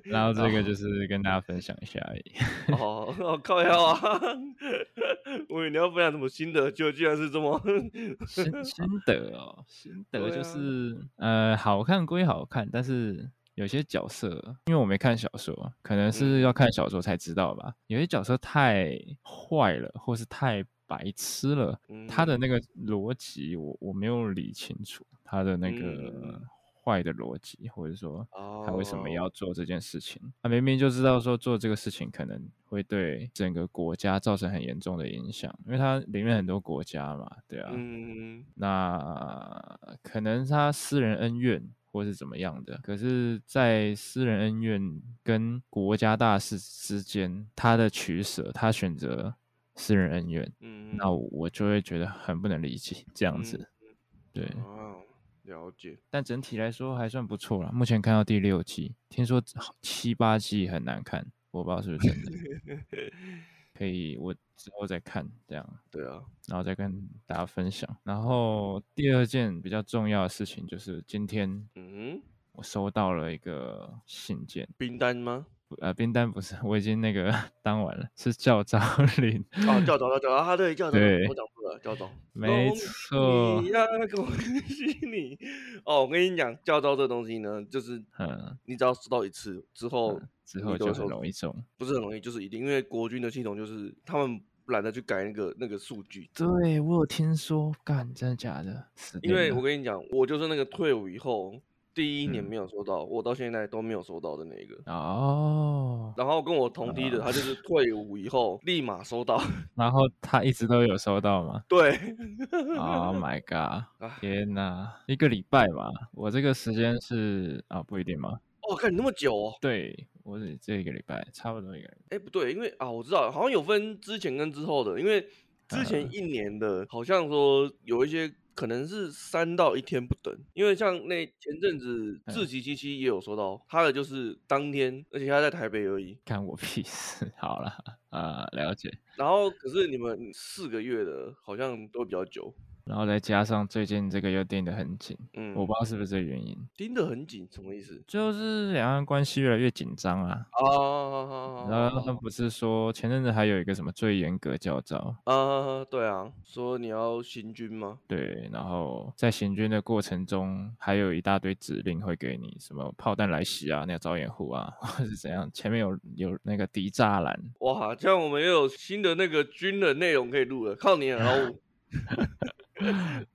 Speaker 3: 然后这个就是跟大家分享一下而已。 [LAUGHS]
Speaker 1: 哦，好靠腰啊！ [LAUGHS] 我以为你要分享什么新的，就居然是这么 [LAUGHS]
Speaker 3: 心心得哦，心得
Speaker 1: 对
Speaker 3: 就
Speaker 1: 啊
Speaker 3: 是、呃，好看归好看，但是有些角色，因为我没看小说，可能是要看小说才知道吧。有些角色太坏了，或是太白痴了，
Speaker 1: 嗯
Speaker 3: 他的那个逻辑我我没有理清楚，他的那个
Speaker 1: 嗯
Speaker 3: 坏的逻辑，或者说
Speaker 1: 哦，
Speaker 3: 他为什么要做这件事情？他明明就知道说做这个事情可能会对整个国家造成很严重的影响，因为它里面很多国家嘛，对啊，
Speaker 1: 嗯，
Speaker 3: 那可能是他私人恩怨或是怎么样的，可是，在私人恩怨跟国家大事之间，他的取舍，他选择私人恩怨，
Speaker 1: 嗯嗯，
Speaker 3: 那我就会觉得很不能理解这样
Speaker 1: 嗯
Speaker 3: 子，对。
Speaker 1: 啊，了解。
Speaker 3: 但整体来说还算不错啦。目前看到第六季，听说好七八季很难看，我不知道是不是真的。
Speaker 1: [LAUGHS]
Speaker 3: 可以，我之后再看这样，
Speaker 1: 对啊，
Speaker 3: 然后再跟大家分享。然后第二件比较重要的事情就是今天
Speaker 1: 嗯，
Speaker 3: 我收到了一个信件，
Speaker 1: 冰单吗？
Speaker 3: 不呃，冰单不是，我已经那个 [LAUGHS] 当完了，是教 [LAUGHS] 招令。
Speaker 1: 哦，教导，教导啊，对，教导，
Speaker 3: 对
Speaker 1: 我讲错了，教导。
Speaker 3: 没
Speaker 1: 恭喜
Speaker 3: 错
Speaker 1: 你呀、恭喜你！哦，我跟你讲，教招这东西呢，就是
Speaker 3: 嗯，
Speaker 1: 你只要收到一次之后，
Speaker 3: 之
Speaker 1: 你
Speaker 3: 后
Speaker 1: 都
Speaker 3: 就
Speaker 1: 收
Speaker 3: 很容易中。
Speaker 1: 不是很容易，就是一定，因为国军的系统就是他们懒得去改那个那个数据。
Speaker 3: 对我有听说，干，真的假的？死
Speaker 1: 因
Speaker 3: 定
Speaker 1: 为
Speaker 3: 了
Speaker 1: 我跟你讲，我就是那个退伍以后第一年
Speaker 3: 嗯
Speaker 1: 没有收到，我到现在都没有收到的那一个。
Speaker 3: 哦，
Speaker 1: 然后跟我同梯的，他就是退伍以后立马收到。
Speaker 3: 然后他一直都有收到吗
Speaker 1: 对， [LAUGHS]
Speaker 3: ？Oh my god！
Speaker 1: 啊
Speaker 3: 天哪，一个礼拜嘛，我这个时间是啊，不一定嘛。
Speaker 1: 哦，看你那么久哦。
Speaker 3: 对，我只这一个礼拜，差不多一个礼拜。
Speaker 1: 哎、不对，因为啊，我知道，好像有分之前跟之后的，因为之前
Speaker 3: 嗯
Speaker 1: 一年的，好像说有一些可能是三到一天不等，因为像那前阵子
Speaker 3: 嗯
Speaker 1: 自习七七也有收到，他的就是当天，而且他在台北而已。
Speaker 3: 干我屁事。好了，啊，了解。
Speaker 1: 然后可是你们四个月的，好像都比较久，
Speaker 3: 然后再加上最近这个又盯得很紧，
Speaker 1: 嗯，
Speaker 3: 我不知道是不是这个原因，
Speaker 1: 盯得很紧，什么意思？
Speaker 3: 就是两岸关系越来越紧张啊。
Speaker 1: 啊，
Speaker 3: 然后他不是说前阵子还有一个什么最严格教招，呃
Speaker 1: 啊，对啊，说你要行军吗？
Speaker 3: 对，然后在行军的过程中，还有一大堆指令会给你，什么炮弹来袭啊，那个招掩护啊， [LAUGHS] 或是怎样，前面有有那个敌栅栏，
Speaker 1: 哇，这样我们又有新的那个军人内容可以录了，靠你了，啊老五。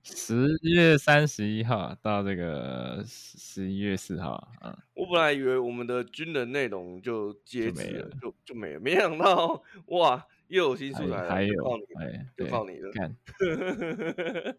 Speaker 3: 十月三十一号到这个十十一月四号，嗯，
Speaker 1: 我本来以为我们的军人内容就截
Speaker 3: 就
Speaker 1: 止
Speaker 3: 没
Speaker 1: 了
Speaker 3: 了，
Speaker 1: 就就没了，没想到哇，又有新素材
Speaker 3: 还
Speaker 1: 了，
Speaker 3: 还
Speaker 1: 就
Speaker 3: 有
Speaker 1: 靠你了，
Speaker 3: 哎，
Speaker 1: 就
Speaker 3: 对，
Speaker 1: 靠你了。
Speaker 3: 干，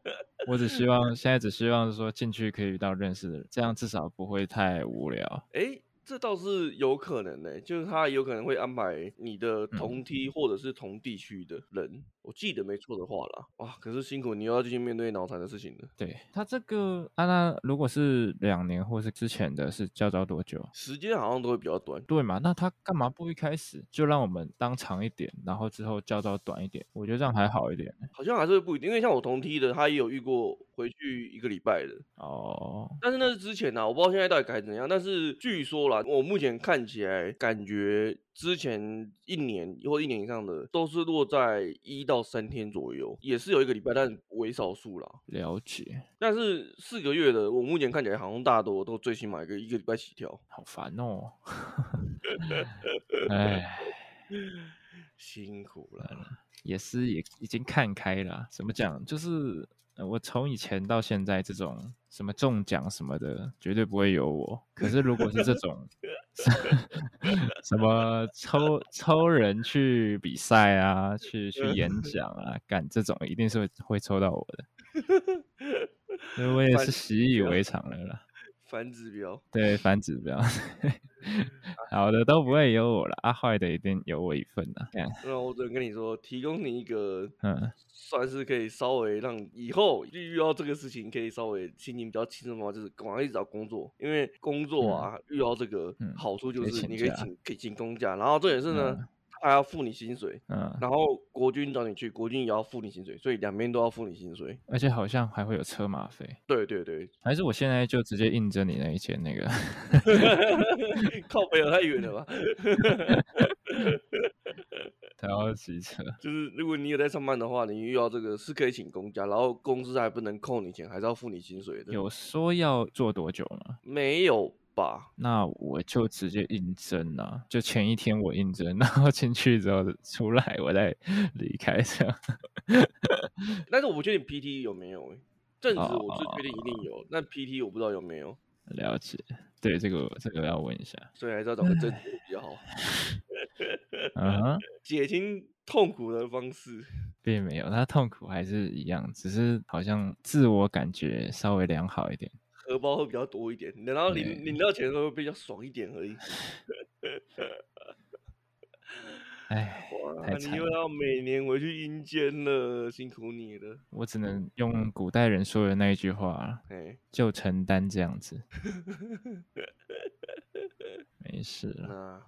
Speaker 1: [LAUGHS]
Speaker 3: 我只希望现在只希望说进去可以遇到认识的人，这样至少不会太无聊。
Speaker 1: 哎，这倒是有可能呢、就是他有可能会安排你的
Speaker 3: 嗯
Speaker 1: 同梯或者是同地区的人，我记得没错的话啦。哇，可是辛苦你又要继续面对脑残的事情了。
Speaker 3: 对他这个，啊，那如果是两年或是之前的是教招多久啊？
Speaker 1: 时间好像都会比较短，
Speaker 3: 对嘛？那他干嘛不一开始就让我们当长一点，然后之后教到短一点？我觉得这样还好一点。
Speaker 1: 好像还是不一定，因为像我同梯的，他也有遇过回去一个礼拜的，
Speaker 3: 哦，
Speaker 1: 但是那是之前呐、啊，我不知道现在到底改怎样。但是据说啦，我目前看起来感觉之前一年或一年以上的都是落在一到三天左右，也是有一个礼拜，但为少数啦。
Speaker 3: 了解，
Speaker 1: 但是四个月的，我目前看起来好像大多都最起码一个一个礼拜起跳。
Speaker 3: 好烦哦。 [LAUGHS] 哎，
Speaker 1: 辛苦了，
Speaker 3: 也是也已经看开了。啊怎么讲？就是呃我从以前到现在，这种什么中奖什么的，绝对不会有我。可是如果是这
Speaker 1: [LAUGHS]
Speaker 3: 种什么抽抽人去比赛啊，去去演讲啊，干这种一定是会会抽到我的。所以我也
Speaker 1: 反
Speaker 3: 是习以
Speaker 1: 标
Speaker 3: 为常了啦。
Speaker 1: [LAUGHS] 反指标。
Speaker 3: 对，反指
Speaker 1: [LAUGHS]
Speaker 3: 标， [LAUGHS] 好的都不会有我了，啊，坏的一定有我一份啦。干
Speaker 1: 那我只能跟你说，提供你一 [LAUGHS] 个
Speaker 3: 嗯，
Speaker 1: 算是可以稍微让以后遇到这个事情可以稍微心情比较轻松的话，就是赶快去找工作，因为工作啊、遇到这个
Speaker 3: 嗯
Speaker 1: 好处就
Speaker 3: 可以
Speaker 1: 是
Speaker 3: 请
Speaker 1: 你可以
Speaker 3: 假
Speaker 1: 请可以请公假，然后重点是呢，
Speaker 3: 嗯
Speaker 1: 他还要付你薪水，
Speaker 3: 嗯，
Speaker 1: 然后国军找你去，国军也要付你薪水，所以两边都要付你薪水。
Speaker 3: 而且好像还会有车马费，
Speaker 1: 对对对， [LAUGHS]
Speaker 3: 还是我现在就直接应征你那一间那个
Speaker 1: 靠北有太远了吧？
Speaker 3: 超级车？
Speaker 1: 就是如果你有在上班的话，你遇到这个是可以请公假，然后公司还不能扣你钱，还是要付你薪水的。
Speaker 3: 有说要做多久吗？
Speaker 1: 没有吧？
Speaker 3: 那我就直接应征啦、就前一天我应征，然后进去之后出来，我再离开这样。
Speaker 1: 但是我不确定 PT 有没有、欸，正职
Speaker 3: 哦
Speaker 1: 我是确定一定有，那 PT 我不知道有没有，
Speaker 3: 了解，对这个这个要问一下。
Speaker 1: 所以还是要找个正职的比较好，
Speaker 3: 嗯哼，
Speaker 1: 减轻痛苦的方式。
Speaker 3: 并没有，他痛苦还是一样，只是好像自我感觉稍微良好一点。
Speaker 1: 荷包会比较多一点，然后领领到钱的时候会比较爽一点而已。
Speaker 3: 哎，
Speaker 1: 哇，
Speaker 3: 太
Speaker 1: 你
Speaker 3: 惨
Speaker 1: 又要每年回去阴间了，辛苦你了。
Speaker 3: 我只能用古代人说的那一句话，
Speaker 1: 哎、
Speaker 3: 就承担这
Speaker 1: [LAUGHS]
Speaker 3: 样子。没事了，
Speaker 1: 那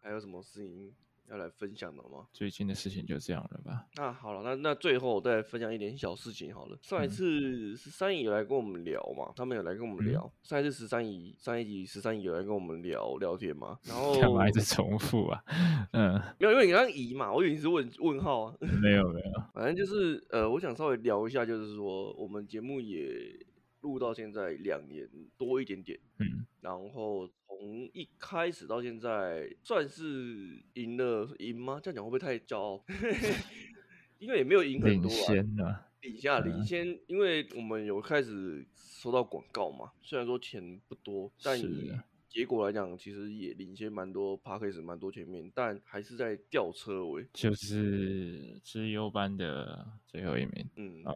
Speaker 1: 还有什么事情要来分享的吗？
Speaker 3: 最近的事情就这样了吧。
Speaker 1: 那好了，那那最后我再分享一点小事情好了。上一
Speaker 3: 嗯
Speaker 1: 次十三姨有来跟我们聊嘛，他们有来跟我们
Speaker 3: 嗯
Speaker 1: 聊。上一次十三姨，上一集十三姨有来跟我们聊聊天嘛，然后
Speaker 3: 干嘛一直重复
Speaker 1: [LAUGHS]
Speaker 3: 啊？嗯，
Speaker 1: 没有，因为你刚刚姨嘛，我以为你是问问号啊。
Speaker 3: 没有没有，
Speaker 1: 反正就是呃，我想稍微聊一下，就是说我们节目也录到现在两年多一点点，
Speaker 3: 嗯，
Speaker 1: 然后从一开始到现在，算是赢了，赢吗？这样讲会不会太骄傲？ [LAUGHS] 因为也没有赢很
Speaker 3: 领
Speaker 1: 多啊，
Speaker 3: 先了、
Speaker 1: 领下领
Speaker 3: 啊
Speaker 1: 先，因为我们有开始收到广告嘛，虽然说钱不多，但
Speaker 3: 是
Speaker 1: 以
Speaker 3: 啊
Speaker 1: 结果来讲，其实也领先蛮多 p a c k a g e 蛮多前面，但还是在吊车尾。
Speaker 3: 就是资优班的最后一名。
Speaker 1: 嗯，
Speaker 3: 啊、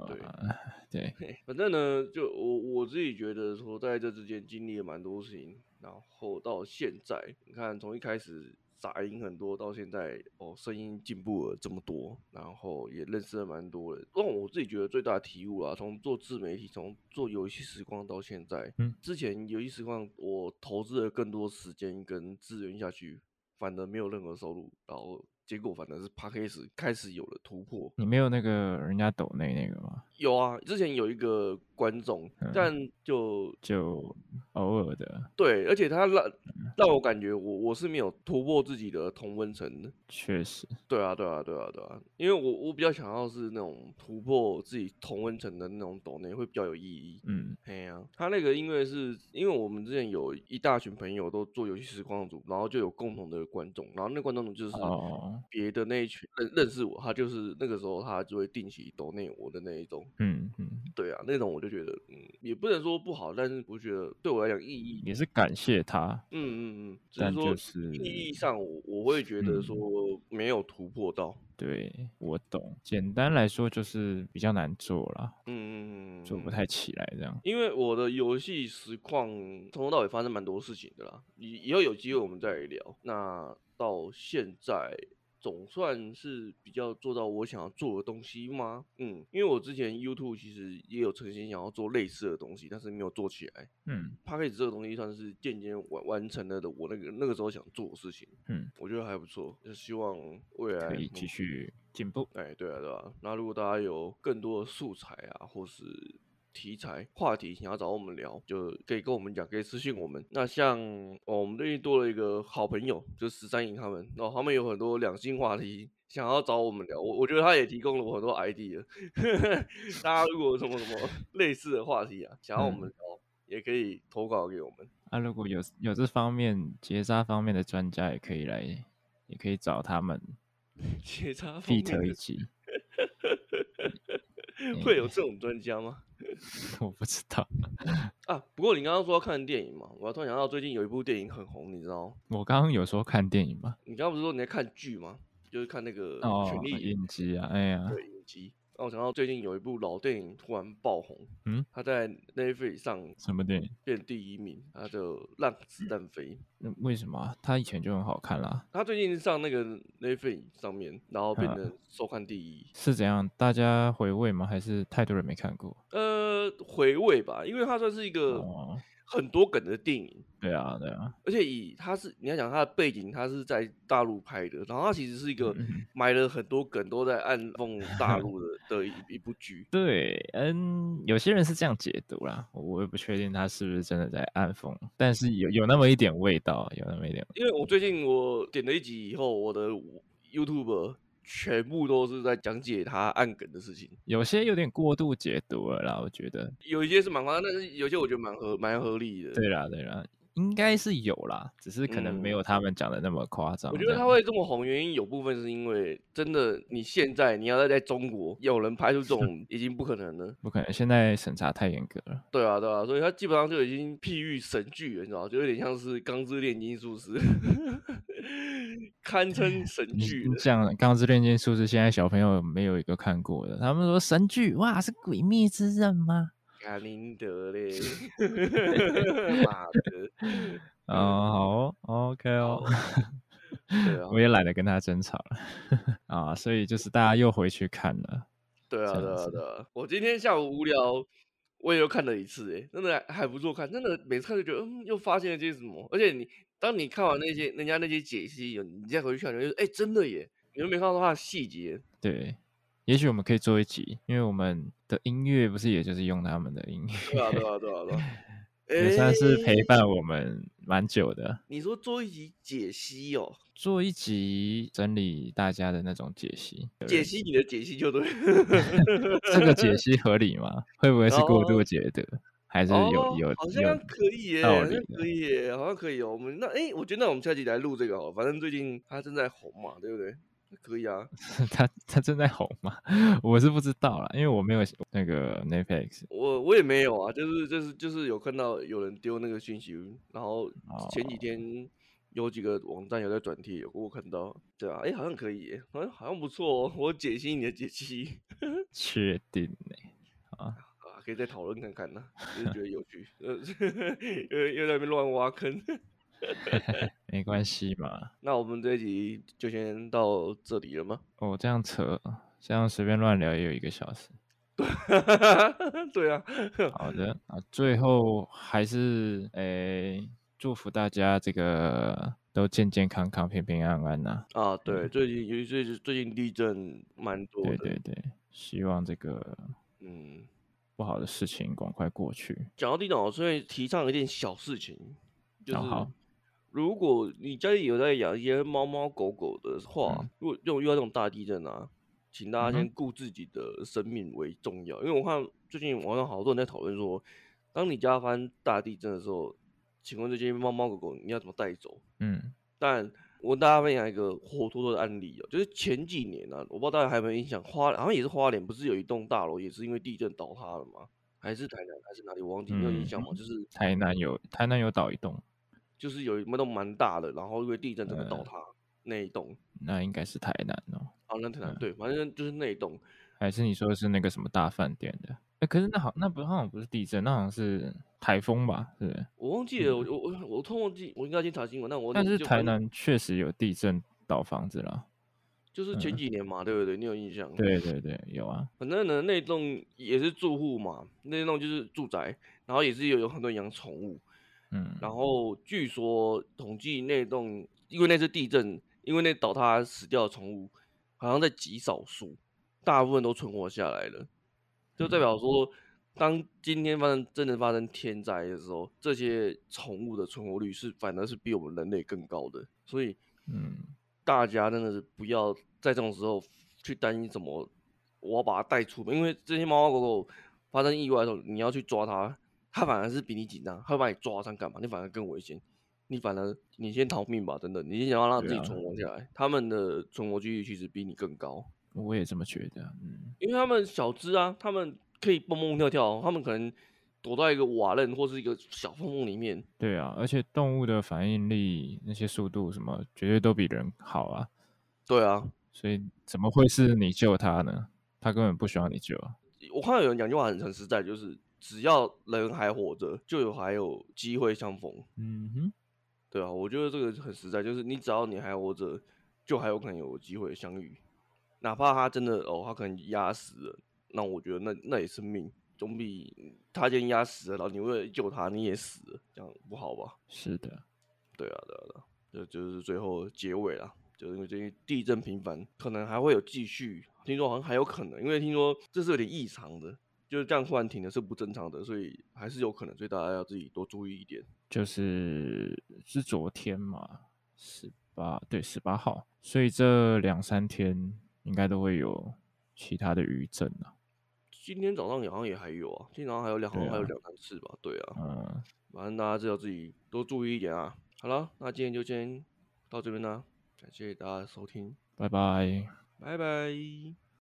Speaker 1: 对，
Speaker 3: 对，
Speaker 1: 反正呢，就我我自己觉得说，在这之间经历了蛮多事情，然后到现在，你看从一开始杂音很多，到现在哦，声音进步了这么多，然后也认识了蛮多人。让我自己觉得最大的体悟啊，从做自媒体，从做游戏时光到现在，
Speaker 3: 嗯，
Speaker 1: 之前游戏时光我投资了更多时间跟资源下去，反而没有任何收入，然后结果反而是 p a c k a g e 开始有了突破。
Speaker 3: 你没有那个人家抖内那个吗？
Speaker 1: 有啊，之前有一个观众，但就
Speaker 3: 就偶尔的，
Speaker 1: 对，而且他让让我感觉我我是没有突破自己的同温层的。
Speaker 3: 确实，
Speaker 1: 对啊，对啊，对啊，对啊，因为我我比较想要是那种突破自己同温层的那种抖内会比较有意义。
Speaker 3: 嗯，
Speaker 1: 哎呀、他那个因为是因为我们之前有一大群朋友都做游戏时光组，然后就有共同的观众，然后那观众就是
Speaker 3: 哦，
Speaker 1: 别的那一群认认识我，他就是那个时候他就会定期抖内我的那一种。
Speaker 3: 嗯嗯，
Speaker 1: 对啊，那种我就觉得，嗯，也不能说不好，但是我觉得对我来讲意义，
Speaker 3: 也是感谢他，
Speaker 1: 嗯嗯嗯，只
Speaker 3: 但
Speaker 1: 是说
Speaker 3: 就是
Speaker 1: 意义上我我会觉得
Speaker 3: 嗯
Speaker 1: 说没有突破到，
Speaker 3: 对我懂。简单来说就是比较难做啦，
Speaker 1: 嗯嗯嗯，
Speaker 3: 做
Speaker 1: 嗯。
Speaker 3: 不太起来这样。
Speaker 1: 因为我的游戏实况从头到尾发生蛮多事情的啦，以以后有机会我们再聊。那到现在总算是比较做到我想要做的东西吗？嗯，因为我之前 YouTube 其实也有曾经想要做类似的东西，但是没有做起来。
Speaker 3: 嗯
Speaker 1: p a c k a g e 这个东西算是渐渐完完成了的我那个那个时候想做的事情，
Speaker 3: 嗯，
Speaker 1: 我觉得还不错，就希望未来
Speaker 3: 可以继
Speaker 1: 嗯
Speaker 3: 续进步。
Speaker 1: 哎，对啊，对啊。那如果大家有更多的素材啊，或是题材、话题想要找我们聊，就可以跟我们讲，可以私信我们。那像、哦、我们最近多了一个好朋友，就是十三姨他们，然、后他们有很多两性话题。想要找我们聊，我我觉得他也提供了我很多 idea。大家如果有什么什么类似的话题啊，想
Speaker 3: 嗯
Speaker 1: 要我们聊，也可以投稿给我们。
Speaker 3: 啊，如果有有这方面结扎方面的专家，也可以来，也可以找他们
Speaker 1: 结扎方
Speaker 3: fit
Speaker 1: 面
Speaker 3: 一
Speaker 1: 的
Speaker 3: 起。
Speaker 1: [LAUGHS]
Speaker 3: 哎
Speaker 1: 会有这种专家吗？
Speaker 3: [LAUGHS] 我不知道，
Speaker 1: 啊，不过你刚刚说要看电影嘛，我突然想到最近有一部电影很红，你知道吗？
Speaker 3: 我刚刚有说看电影嘛？
Speaker 1: 你刚刚不是说你在看剧吗？就是看那个《
Speaker 3: 哦
Speaker 1: 呃权，力
Speaker 3: 影集啊，哎呀，
Speaker 1: 对影集。让我想到最近有一部老电影突然爆红，
Speaker 3: 嗯，
Speaker 1: 它在 Netflix 上
Speaker 3: 什么电影？
Speaker 1: 变第一名，它就《让子弹飞》。
Speaker 3: 那为什么啊他以前就很好看啦？
Speaker 1: 它最近上那个 Netflix 上面，然后变
Speaker 3: 啊
Speaker 1: 成收看第一。
Speaker 3: 是怎样？大家回味吗？还是太多人没看过？
Speaker 1: 呃，回味吧，因为它算是一个
Speaker 3: 哦，
Speaker 1: 很多梗的电影，
Speaker 3: 对啊，对啊，
Speaker 1: 而且以它是你要讲它的背景，它是在大陆拍的，然后它其实是一个
Speaker 3: 嗯
Speaker 1: 埋了很多梗都在暗讽大
Speaker 3: [LAUGHS]
Speaker 1: 陆的的一一部剧。
Speaker 3: 对，嗯，有些人是这样解读啦，我我也不确定他是不是真的在暗讽，但是有有那么一点味道，有那么一点。
Speaker 1: 因为我最近我点了一集以后，我的 YouTube 全部都是在讲解他暗梗的事情，
Speaker 3: 有些有点过度解读了啦，我觉得。
Speaker 1: 有一些是蛮夸张，但是有些我觉得蛮合蛮合理的。
Speaker 3: 对啦，对啦，应该是有啦，只是可能没
Speaker 1: 嗯
Speaker 3: 有他们讲的那么夸张
Speaker 1: 我
Speaker 3: 啊这
Speaker 1: 觉
Speaker 3: 样。
Speaker 1: 得他会这么红，原因有部分是因为真的，你现在你要在在中国有人拍出这种已经不可能了。
Speaker 3: 不可能，现在审查太严格了。
Speaker 1: 对啊，对啊，所以他基本上就已经譬喻神剧了，你知道吗，就有点像是《钢之炼金术师》， [LAUGHS] 堪称神
Speaker 3: 你
Speaker 1: 剧
Speaker 3: 你
Speaker 1: 了。
Speaker 3: 讲《钢之炼金术士》，现在小朋友没有一个看过的。他们说神剧，哇，是《鬼灭之刃》吗？
Speaker 1: 甘宁德啊 [LAUGHS] 嘞，妈的！嗯
Speaker 3: 哦，好哦，OK 哦， [LAUGHS]
Speaker 1: 对啊，
Speaker 3: 我也懒得跟他争吵了 [LAUGHS] 啊，所以就是大家又回去看了，
Speaker 1: [LAUGHS] 对啊，
Speaker 3: 这
Speaker 1: 对
Speaker 3: 样
Speaker 1: 啊，
Speaker 3: 子
Speaker 1: 对啊！我今天下午无聊，我也又看了一次、欸，真的还还不错看，真的每次看就觉得，嗯，又发现了些什么。而且你当你看完那些人家那些解析以后，你再回去看，你就觉得，哎、真的耶，你都没看到它的细节。
Speaker 3: 对。也许我们可以做一集，因为我们的音乐不是也就是用他们的音
Speaker 1: [LAUGHS]
Speaker 3: 乐，
Speaker 1: 对啊，对啊，对啊，对 [LAUGHS] 啊。
Speaker 3: 也算是陪
Speaker 1: 欸
Speaker 3: 伴我们蛮久的。
Speaker 1: 你说做一集解析哦，
Speaker 3: 做一集整理大家的那种解析，对不
Speaker 1: 解
Speaker 3: 对
Speaker 1: 析你的解析就对。
Speaker 3: 这个解析合理吗？会不会是过
Speaker 1: 哦
Speaker 3: 度解读， [LAUGHS] 还是有
Speaker 1: 哦
Speaker 3: 有
Speaker 1: 好
Speaker 3: 有
Speaker 1: 像可以耶，
Speaker 3: 道
Speaker 1: 好
Speaker 3: 理
Speaker 1: 像
Speaker 3: 的
Speaker 1: 可以耶，好像可以哦。我们那哎、我觉得那我们下集来录这个好了，反正最近它正在红嘛，对不对？可以啊，
Speaker 3: [LAUGHS] 他他正在红吗？ [LAUGHS] 我是不知道啦，因为我没有那个 Netflix。
Speaker 1: 我我也没有啊，就是就是就是有看到有人丢那个讯息，然后前
Speaker 3: 哦
Speaker 1: 几天有几个网站有在转贴，我有看到，对啊，哎、好像可以耶，好像好像不错哦。我解析你的解析 [LAUGHS]
Speaker 3: 确定欸呢、
Speaker 1: 啊，可以再讨论看看呢、就是觉得有趣，呃， [LAUGHS] 又又在那边乱挖坑。
Speaker 3: 没
Speaker 1: 嗯
Speaker 3: 关系嘛。
Speaker 1: 那我们这一集就先到这里了吗？ [LAUGHS]
Speaker 3: 哦，这样扯，这样随便乱聊也有一个小时。
Speaker 1: 对啊，嗯
Speaker 3: 好的啊，最后还是诶、祝福大家这个都健健康康、平平安安呐、
Speaker 1: 啊，对，
Speaker 3: 嗯
Speaker 1: 最近尤其是最近地震蛮多
Speaker 3: 对
Speaker 1: 的，
Speaker 3: 对对，希望这个
Speaker 1: 嗯。
Speaker 3: 不好的事情赶快过去。
Speaker 1: 讲到地震，所以提倡一件小事情，就
Speaker 3: 哦
Speaker 1: 是
Speaker 3: 好
Speaker 1: 如果你家里有在养一些猫猫狗狗的话，
Speaker 3: 嗯
Speaker 1: 如果这种遇到这种大地震啊，请大家
Speaker 3: 嗯
Speaker 1: 先顾自己的生命为重要，因为我看最近网上好多人在讨论说，当你家发生大地震的时候，请问这些猫猫狗狗你要怎么带走？
Speaker 3: 嗯，
Speaker 1: 但我跟大家分享一个活脱脱的案例哦、就是前几年啊，我不知道大家还有没有印象，花好像也是花莲，不是有一栋大楼也是因为地震倒塌了吗？还是台南还是哪里？我忘记，你有
Speaker 3: 嗯
Speaker 1: 印象吗？就是
Speaker 3: 台南有台南有倒一栋，
Speaker 1: 就是有一栋蛮大的，然后因为地震整个
Speaker 3: 嗯
Speaker 1: 倒塌、那一栋，
Speaker 3: 那应该是台南哦，
Speaker 1: 啊，那台南对，反正就是那一栋，
Speaker 3: 还是你说的是那个什么大饭店的？哎，可是那好，那不好像不是地震，那好像是台风吧？是不是？
Speaker 1: 我忘记了，我我我我突然忘记，我应该去查新闻，但我忘
Speaker 3: 嗯但
Speaker 1: 记
Speaker 3: 是
Speaker 1: 就
Speaker 3: 台
Speaker 1: 反正
Speaker 3: 南确实有地震倒房子了。
Speaker 1: 就是前几年嘛，对不对？你有印象？
Speaker 3: 嗯对对对，有啊。
Speaker 1: 反正呢，那栋也是住户嘛，那栋就是住宅，然后也是有有很多人养宠物，
Speaker 3: 嗯，
Speaker 1: 然后据说统计那栋，因为那次地震，因为那倒塌死掉的宠物，好像在极少数，大部分都存活下来了，就代表说，当今天发生真的发生天灾的时候，这些宠物的存活率是反而是比我们人类更高的，所以
Speaker 3: 嗯，
Speaker 1: 大家真的是不要在这种时候去担心什么，我要把它带出门，因为这些猫猫狗狗发生意外的时候，你要去抓它，它反而是比你紧张，它会把你抓伤干嘛？你反而更危险，你反而你先逃命吧，真的，你先想要让
Speaker 3: 对
Speaker 1: 自己
Speaker 3: 啊
Speaker 1: 存活下来，它们的存活几率其实比你更高，
Speaker 3: 我也这么觉得。嗯
Speaker 1: 因为它们小只啊，它们可以蹦蹦跳跳，它们可能躲到一个瓦楞或是一个小缝缝里面，
Speaker 3: 对啊，而且动物的反应力、那些速度什么，绝对都比人好啊。
Speaker 1: 对啊，
Speaker 3: 所以怎么会是你救它呢？它根本不需要你救啊。
Speaker 1: 我看到有人讲句话很很实在，就是只要人还活着，就有还有机会相逢，
Speaker 3: 嗯哼，
Speaker 1: 对啊，我觉得这个很实在，就是你只要你还活着，就还有可能有机会相遇，哪怕他真的哦，他可能压死了，那我觉得那那也是命，总比他今天压死了，然后你为了救他你也死了，这样不好吧？
Speaker 3: 是的，
Speaker 1: 对啊，对啊，对啊，这就是最后结尾啦。就是因为最近地震频繁，可能还会有继续。听说好像还有可能，因为听说这是有点异常的，就是这样突然停的是不正常的，所以还是有可能，所以大家要自己多注意一点。
Speaker 3: 就是是昨天嘛，十八对十八号，所以这两三天应该都会有其他的余震啊。
Speaker 1: 今天早上也好像也还有啊，今天早上还有两，好像
Speaker 3: 对啊
Speaker 1: 还有两三次吧。对啊，
Speaker 3: 嗯，
Speaker 1: 反正大家知道自己多注意一点啊。好了，那今天就先到这边啦，感谢大家的收听，
Speaker 3: 拜拜。
Speaker 1: 拜拜。